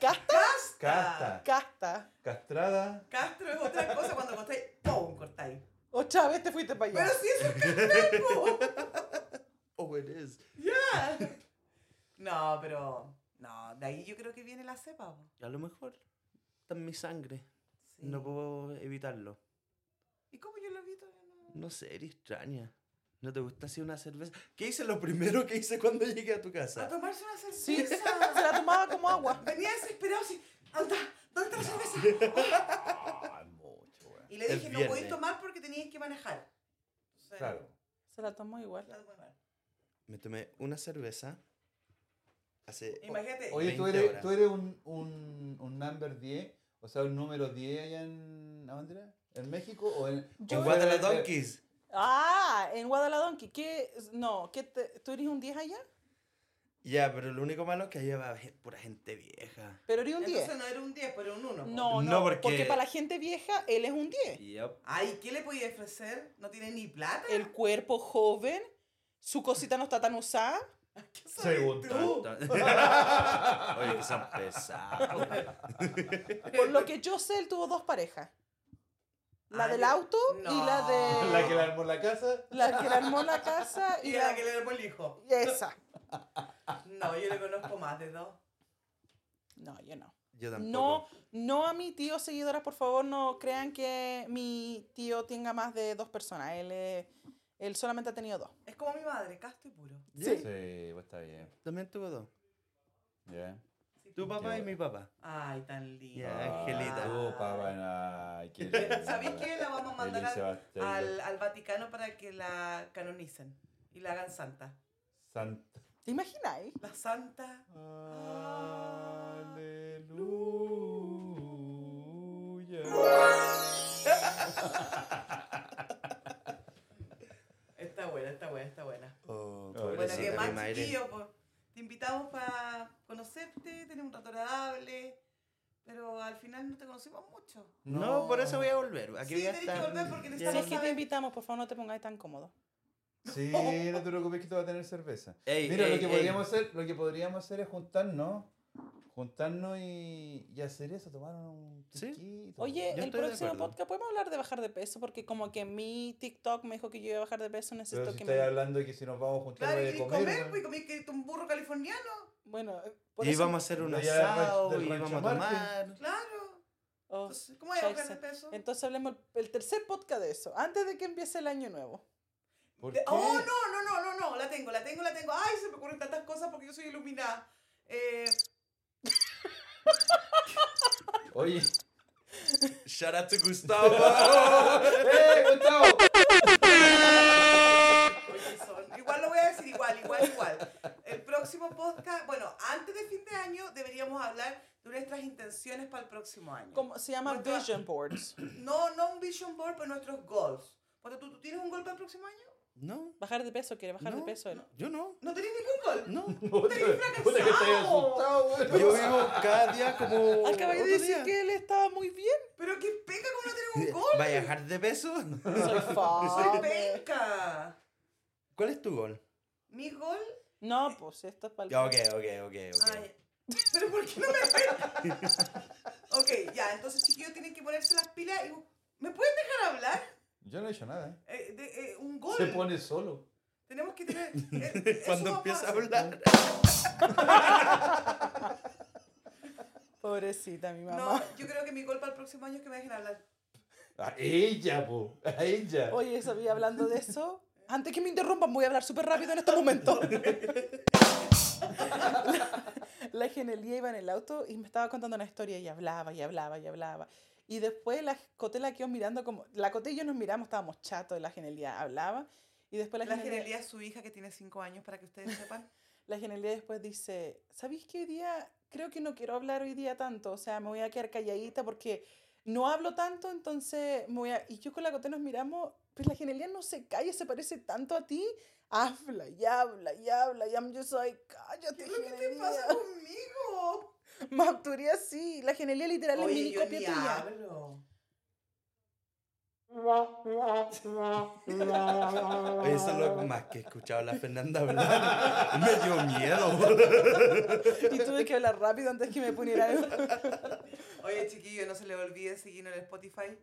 Casta, Casta. casta. Castrada. Castro es otra cosa cuando cortáis. ¡Pum! Cortáis. Otra vez te fuiste para Pero allá. sí es un castrapo. Oh, it is. No, pero. No, de ahí yo creo que viene la cepa. po. A lo mejor está en mi sangre. Sí. No puedo evitarlo. ¿Y cómo yo lo vi todavía? No. No sé, eres extraña. ¿No te gusta hacer una cerveza? ¿Qué hice lo primero que hice cuando llegué a tu A casa? tomarse una cerveza. Sí, se la tomaba como agua. Venía desesperado así. Anda, ¿dónde está la cerveza? Ay, Ah, mucho, weón. Y le El dije, no podéis viernes. tomar porque teníais que manejar. Entonces, Claro. Se la tomó igual. está muy mal. Me tomé una cerveza hace... Imagínate. Oye, tú 20 eres, horas. tú eres un, un, un number 10, o sea, un número 10 allá en. ¿A dónde era? ¿En México o en.? ¿En o Guadalajara fue- Donkeys? Ah, en Guadaladonqui. ¿Qué? No, ¿qué te- ¿tú eres un 10 allá? Ya, pero lo único malo es que allá va gen- pura gente vieja. Pero eres un 10. Entonces no era un 10, pero un 1. No, no, No, porque... porque- para la gente vieja, él es un 10. Ay, ¿qué le podía ofrecer? No tiene ni plata. El cuerpo joven, su cosita no está tan usada. ¿Qué sabes Según tú? Tan- tan- Oye, que son pesados. Por lo que yo sé, él tuvo dos parejas. La Ah, del yo- auto y No. la de... La que le armó la casa. la que le armó la casa y, Y a la que le armó el hijo. Esa. No, yo le conozco más de dos. No, yo no. Yo tampoco. No, no a mi tío, seguidoras, por favor, no crean que mi tío tenga más de dos personas. Él, es- él solamente ha tenido dos. Es como mi madre, casto y puro. Sí. Sí, pues está bien. También tuvo dos. Ya. Sí. Tu papá y bueno. mi papá. Ay, tan lindo. Ya, Angelita. Tú, papá, no, ay, qué lindo. ¿Sabéis qué? La vamos a mandar Feliz al- Sebastián. al, al Vaticano para que la canonicen y la hagan santa. Santa. ¿Te imagináis? La santa. Aleluya. Está buena, está buena, está buena. Oh, Bueno, Pobrecita, Bueno, que pobrecita mi más madre. chiquillo, po. te invitamos para conocerte, tener un rato agradable, pero al final no te conocimos mucho. No, por eso voy a volver. Sí, Aquí voy a tenés que estar. volver porque Ya. Si es necesitamos- que te invitamos, por favor, no te pongáis tan cómodo. Sí, no te preocupes que esto va a tener cerveza. Ey, Mira, ey, lo, que ey. podríamos hacer, lo que podríamos hacer es juntarnos. Juntarnos y, y hacer eso, tomar un Sí. chiquito. Oye, Yo el estoy de próximo acuerdo. podcast podemos hablar de bajar de peso porque como que mi TikTok me dijo que yo iba a bajar de peso, necesito Pero si que estáis me... hablando de que si nos vamos a juntar Claro, y vaya a querés comer. comer, ¿no? pues, y comí que un burro californiano, Bueno, eh, por Y eso- vamos a hacer un Ya, del rancho- asado del y rancho vamos a Martín. tomar. claro. Oh, Entonces, ¿Cómo es bajar de Scheiße. peso? Entonces hablemos el, el tercer podcast de eso, antes de que empiece el año nuevo. ¿Por De- qué? Oh, no, no, no, no, no, la tengo, la tengo, la tengo. Ay, se me ocurren tantas cosas porque yo soy iluminada. Eh, Oye, Shout out to Gustavo. ¡Eh, Gustavo! Son- Igual lo voy a decir igual, igual, igual. El próximo podcast, bueno, antes de fin de año deberíamos hablar de nuestras intenciones para el próximo año. Como, se llama Nuestra- Vision Boards. No, no un vision board, pero nuestros goals. Porque tú, ¿tú tienes un gol para el próximo año? No, Bajar de peso, quiere bajar de No, peso. él. yo no. No tenés ningún gol. No. Puta puta que estoy asustado, weón. Yo vivo cada día como. Acabas de otro decir día. que él estaba muy bien. Pero qué penca como no tener un gol. ¿Vaya a dejar de peso? Soy Soy fan. penca. ¿Cuál es tu gol? Mi gol. No, pues esto es para Ya, ok, ok, ok, ok. Ay, pero ¿por qué no me ven? ok, ya, entonces chiquillos tienen que ponerse las pilas y. ¿Me pueden dejar hablar? Yo no he hecho nada. ¿eh? Eh, de- eh, un gol. Se pone solo. Tenemos que tener. eh, eso Cuando vamos empieza a hacer. hablar. Pobrecita mi mamá. No, yo creo que mi gol para el próximo año es que me dejen hablar. A ella, po. A ella. Oye, sabía hablando de eso. Antes que me interrumpan, voy a hablar súper rápido en este momento. La ingeniería iba en el auto y me estaba contando una historia y hablaba y hablaba y hablaba. Y después la Coté la quedó mirando como... La Coté y yo nos miramos, estábamos chatos de la genialidad. Hablaba y después la La genialidad... Genelia es su hija que tiene 5 años, para que ustedes sepan. la genialidad después dice, ¿sabéis qué hoy día? Creo que no quiero hablar hoy día tanto, o sea, me voy a quedar calladita porque no hablo tanto, entonces me voy a... Y yo con la Coté nos miramos, pues la genialidad no se calla, se parece tanto a ti, habla y habla y habla, y am- yo soy, cállate, ¿Qué es lo que te genialidad". pasa conmigo? Mam, tú eres así, la genialidad literal es mini yo copia ni tuya. hablo. Oye, eso es lo más que he escuchado la Fernanda, ¿verdad? Me dio miedo. Y tuve que hablar rápido antes que me pusieran... Oye, chiquillos, no se les olvide seguirnos en Spotify.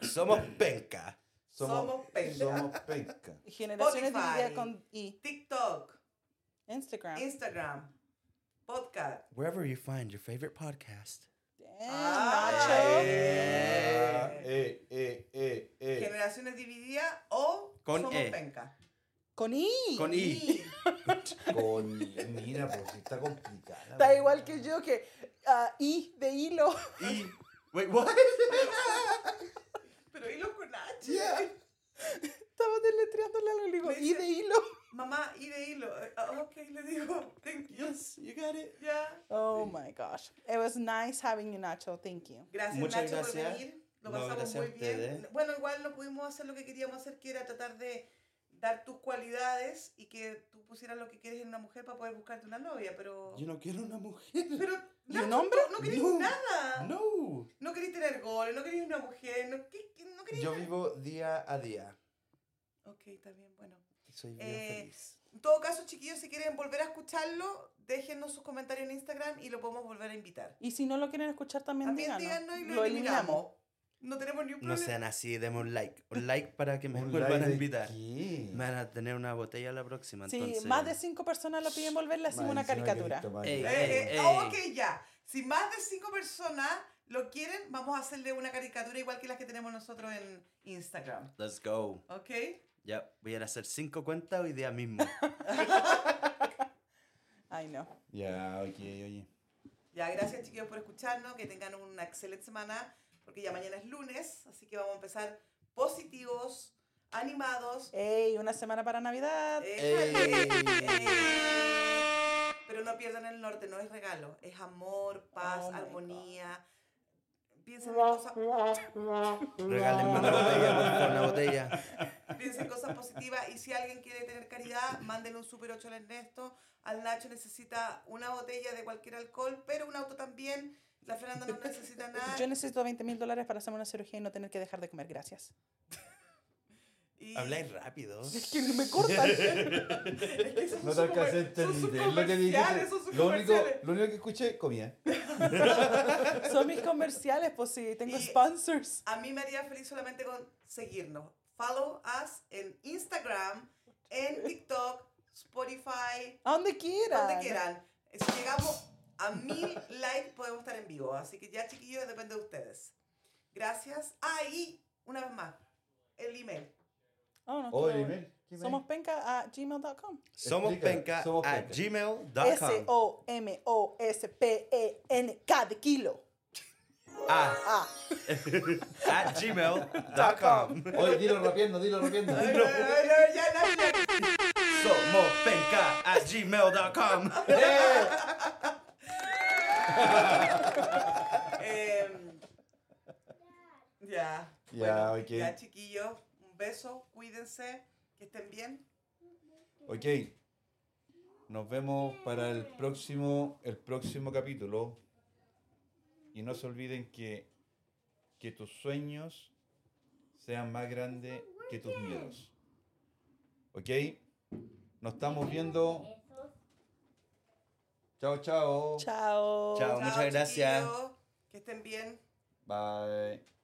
Somos penca. somos penca. Somos penca. Generaciones divididas Spotify. con... Y TikTok, Instagram. Instagram, podcast. Wherever you find your favorite podcast. Damn, Ah. Ah, Nacho. Eh. eh, eh, eh, eh. Generaciones divididas o Con somos E. penca. Con I. Con I. Y Con, mira, po, si está complicada. Está weón. igual que yo, que ah, I de hilo. Y. Wait, what? Pero hilo con H. Estaba deletreándole algo y le digo, Me I de dice- hilo. Mamá, y de hilo. Eh, ah, Ok, le digo, thank you. Yes, you got it. Ya. Oh my gosh. It was nice having you, Nacho. Thank you. Gracias, Muchas Nacho, por gracias. venir. Lo No, pasamos gracias a muy bien. ustedes. Bueno, igual no pudimos hacer lo que queríamos hacer, que era tratar de dar tus cualidades y que tú pusieras lo que quieres en una mujer para poder buscarte una novia, pero... Yo no quiero una mujer. Pero, ¿Y Nacho, un hombre? No, no querés No. nada. No. No. querés tener goles, no querés una mujer, no, ¿qué- qué- no querés Yo nada. vivo día a día. Ok, está bien, bueno. y Soy bien Eh, feliz. En todo caso, chiquillos, si quieren volver a escucharlo, déjennos sus comentarios en Instagram y lo podemos volver a invitar. Y si no lo quieren escuchar, también, También díganos. díganos y lo eliminamos. No tenemos ni un No problema. sean así, demos un like. Un like para que me ¿Un vuelvan like a de invitar. qué? Me van a tener una botella la próxima. Si entonces. más de cinco personas lo piden volver, le hacemos Más una encima que caricatura. Cristo, más Ey, grande. Eh, eh, ey. ah, ok, ya. Si más de cinco personas lo quieren, vamos a hacerle una caricatura igual que las que tenemos nosotros en Instagram. Let's go. ¿Ok? Ya, voy a ir a hacer cinco cuentas hoy día mismo. Ay, no. Ya, ok, oye. Ya, gracias chiquillos por escucharnos, que tengan una excelente semana, porque ya mañana es lunes, así que vamos a empezar positivos, animados. Ey, una semana para Navidad. Eh, Ey. eh. Pero no pierdan el norte, no es regalo, es amor, paz, Oh my armonía. Piensen en, cosas, Regálenme una botella, por favor, una botella. piensen en cosas positivas y si alguien quiere tener caridad, mándenle un super 8 al Ernesto. Al Nacho necesita una botella de cualquier alcohol, pero un auto también. La Fernanda no necesita nada. Yo necesito 20 mil dólares para hacerme una cirugía y no tener que dejar de comer. Gracias. Y- Habláis rápido. Es que me cortan. Es que esos No te son alcancé a super- entender son sus lo que dijiste. comerciales, son sus Lo único, comerciales. lo único que escuché, comía. Son mis comerciales, pues sí. Tengo Y- sponsors. A mí me haría feliz solamente con seguirnos. Follow us en Instagram, en TikTok, Spotify, A donde quiera. donde quieran. Si llegamos a mil likes, podemos estar en vivo. Así que ya, chiquillos, depende de ustedes. Gracias. Ah, y una vez más, el email. Oh, no, Oh, estuvo el bueno. email, ¿qué email? Somos penca a gmail.com. Somos Explica, penca somos a penca. gmail.com. E S-O-M-O-S-P-E-N-K de kilo. a Ah, at gmail.com. Oye, dilo rapiendo, dilo rapiendo. Ay, no, ay, no, ya, no, Somos penca at gmail.com. ya. Em, ya. Ya, Bueno, ok. Ya, chiquillos, un beso, cuídense, que estén bien. Ok. Nos vemos para el próximo, el próximo capítulo. Y no se olviden que, que tus sueños sean más grandes que tus miedos. ¿Ok? Nos estamos viendo. Chao, chao. chao. Chao. muchas gracias. chiquillos, Que estén bien. Bye.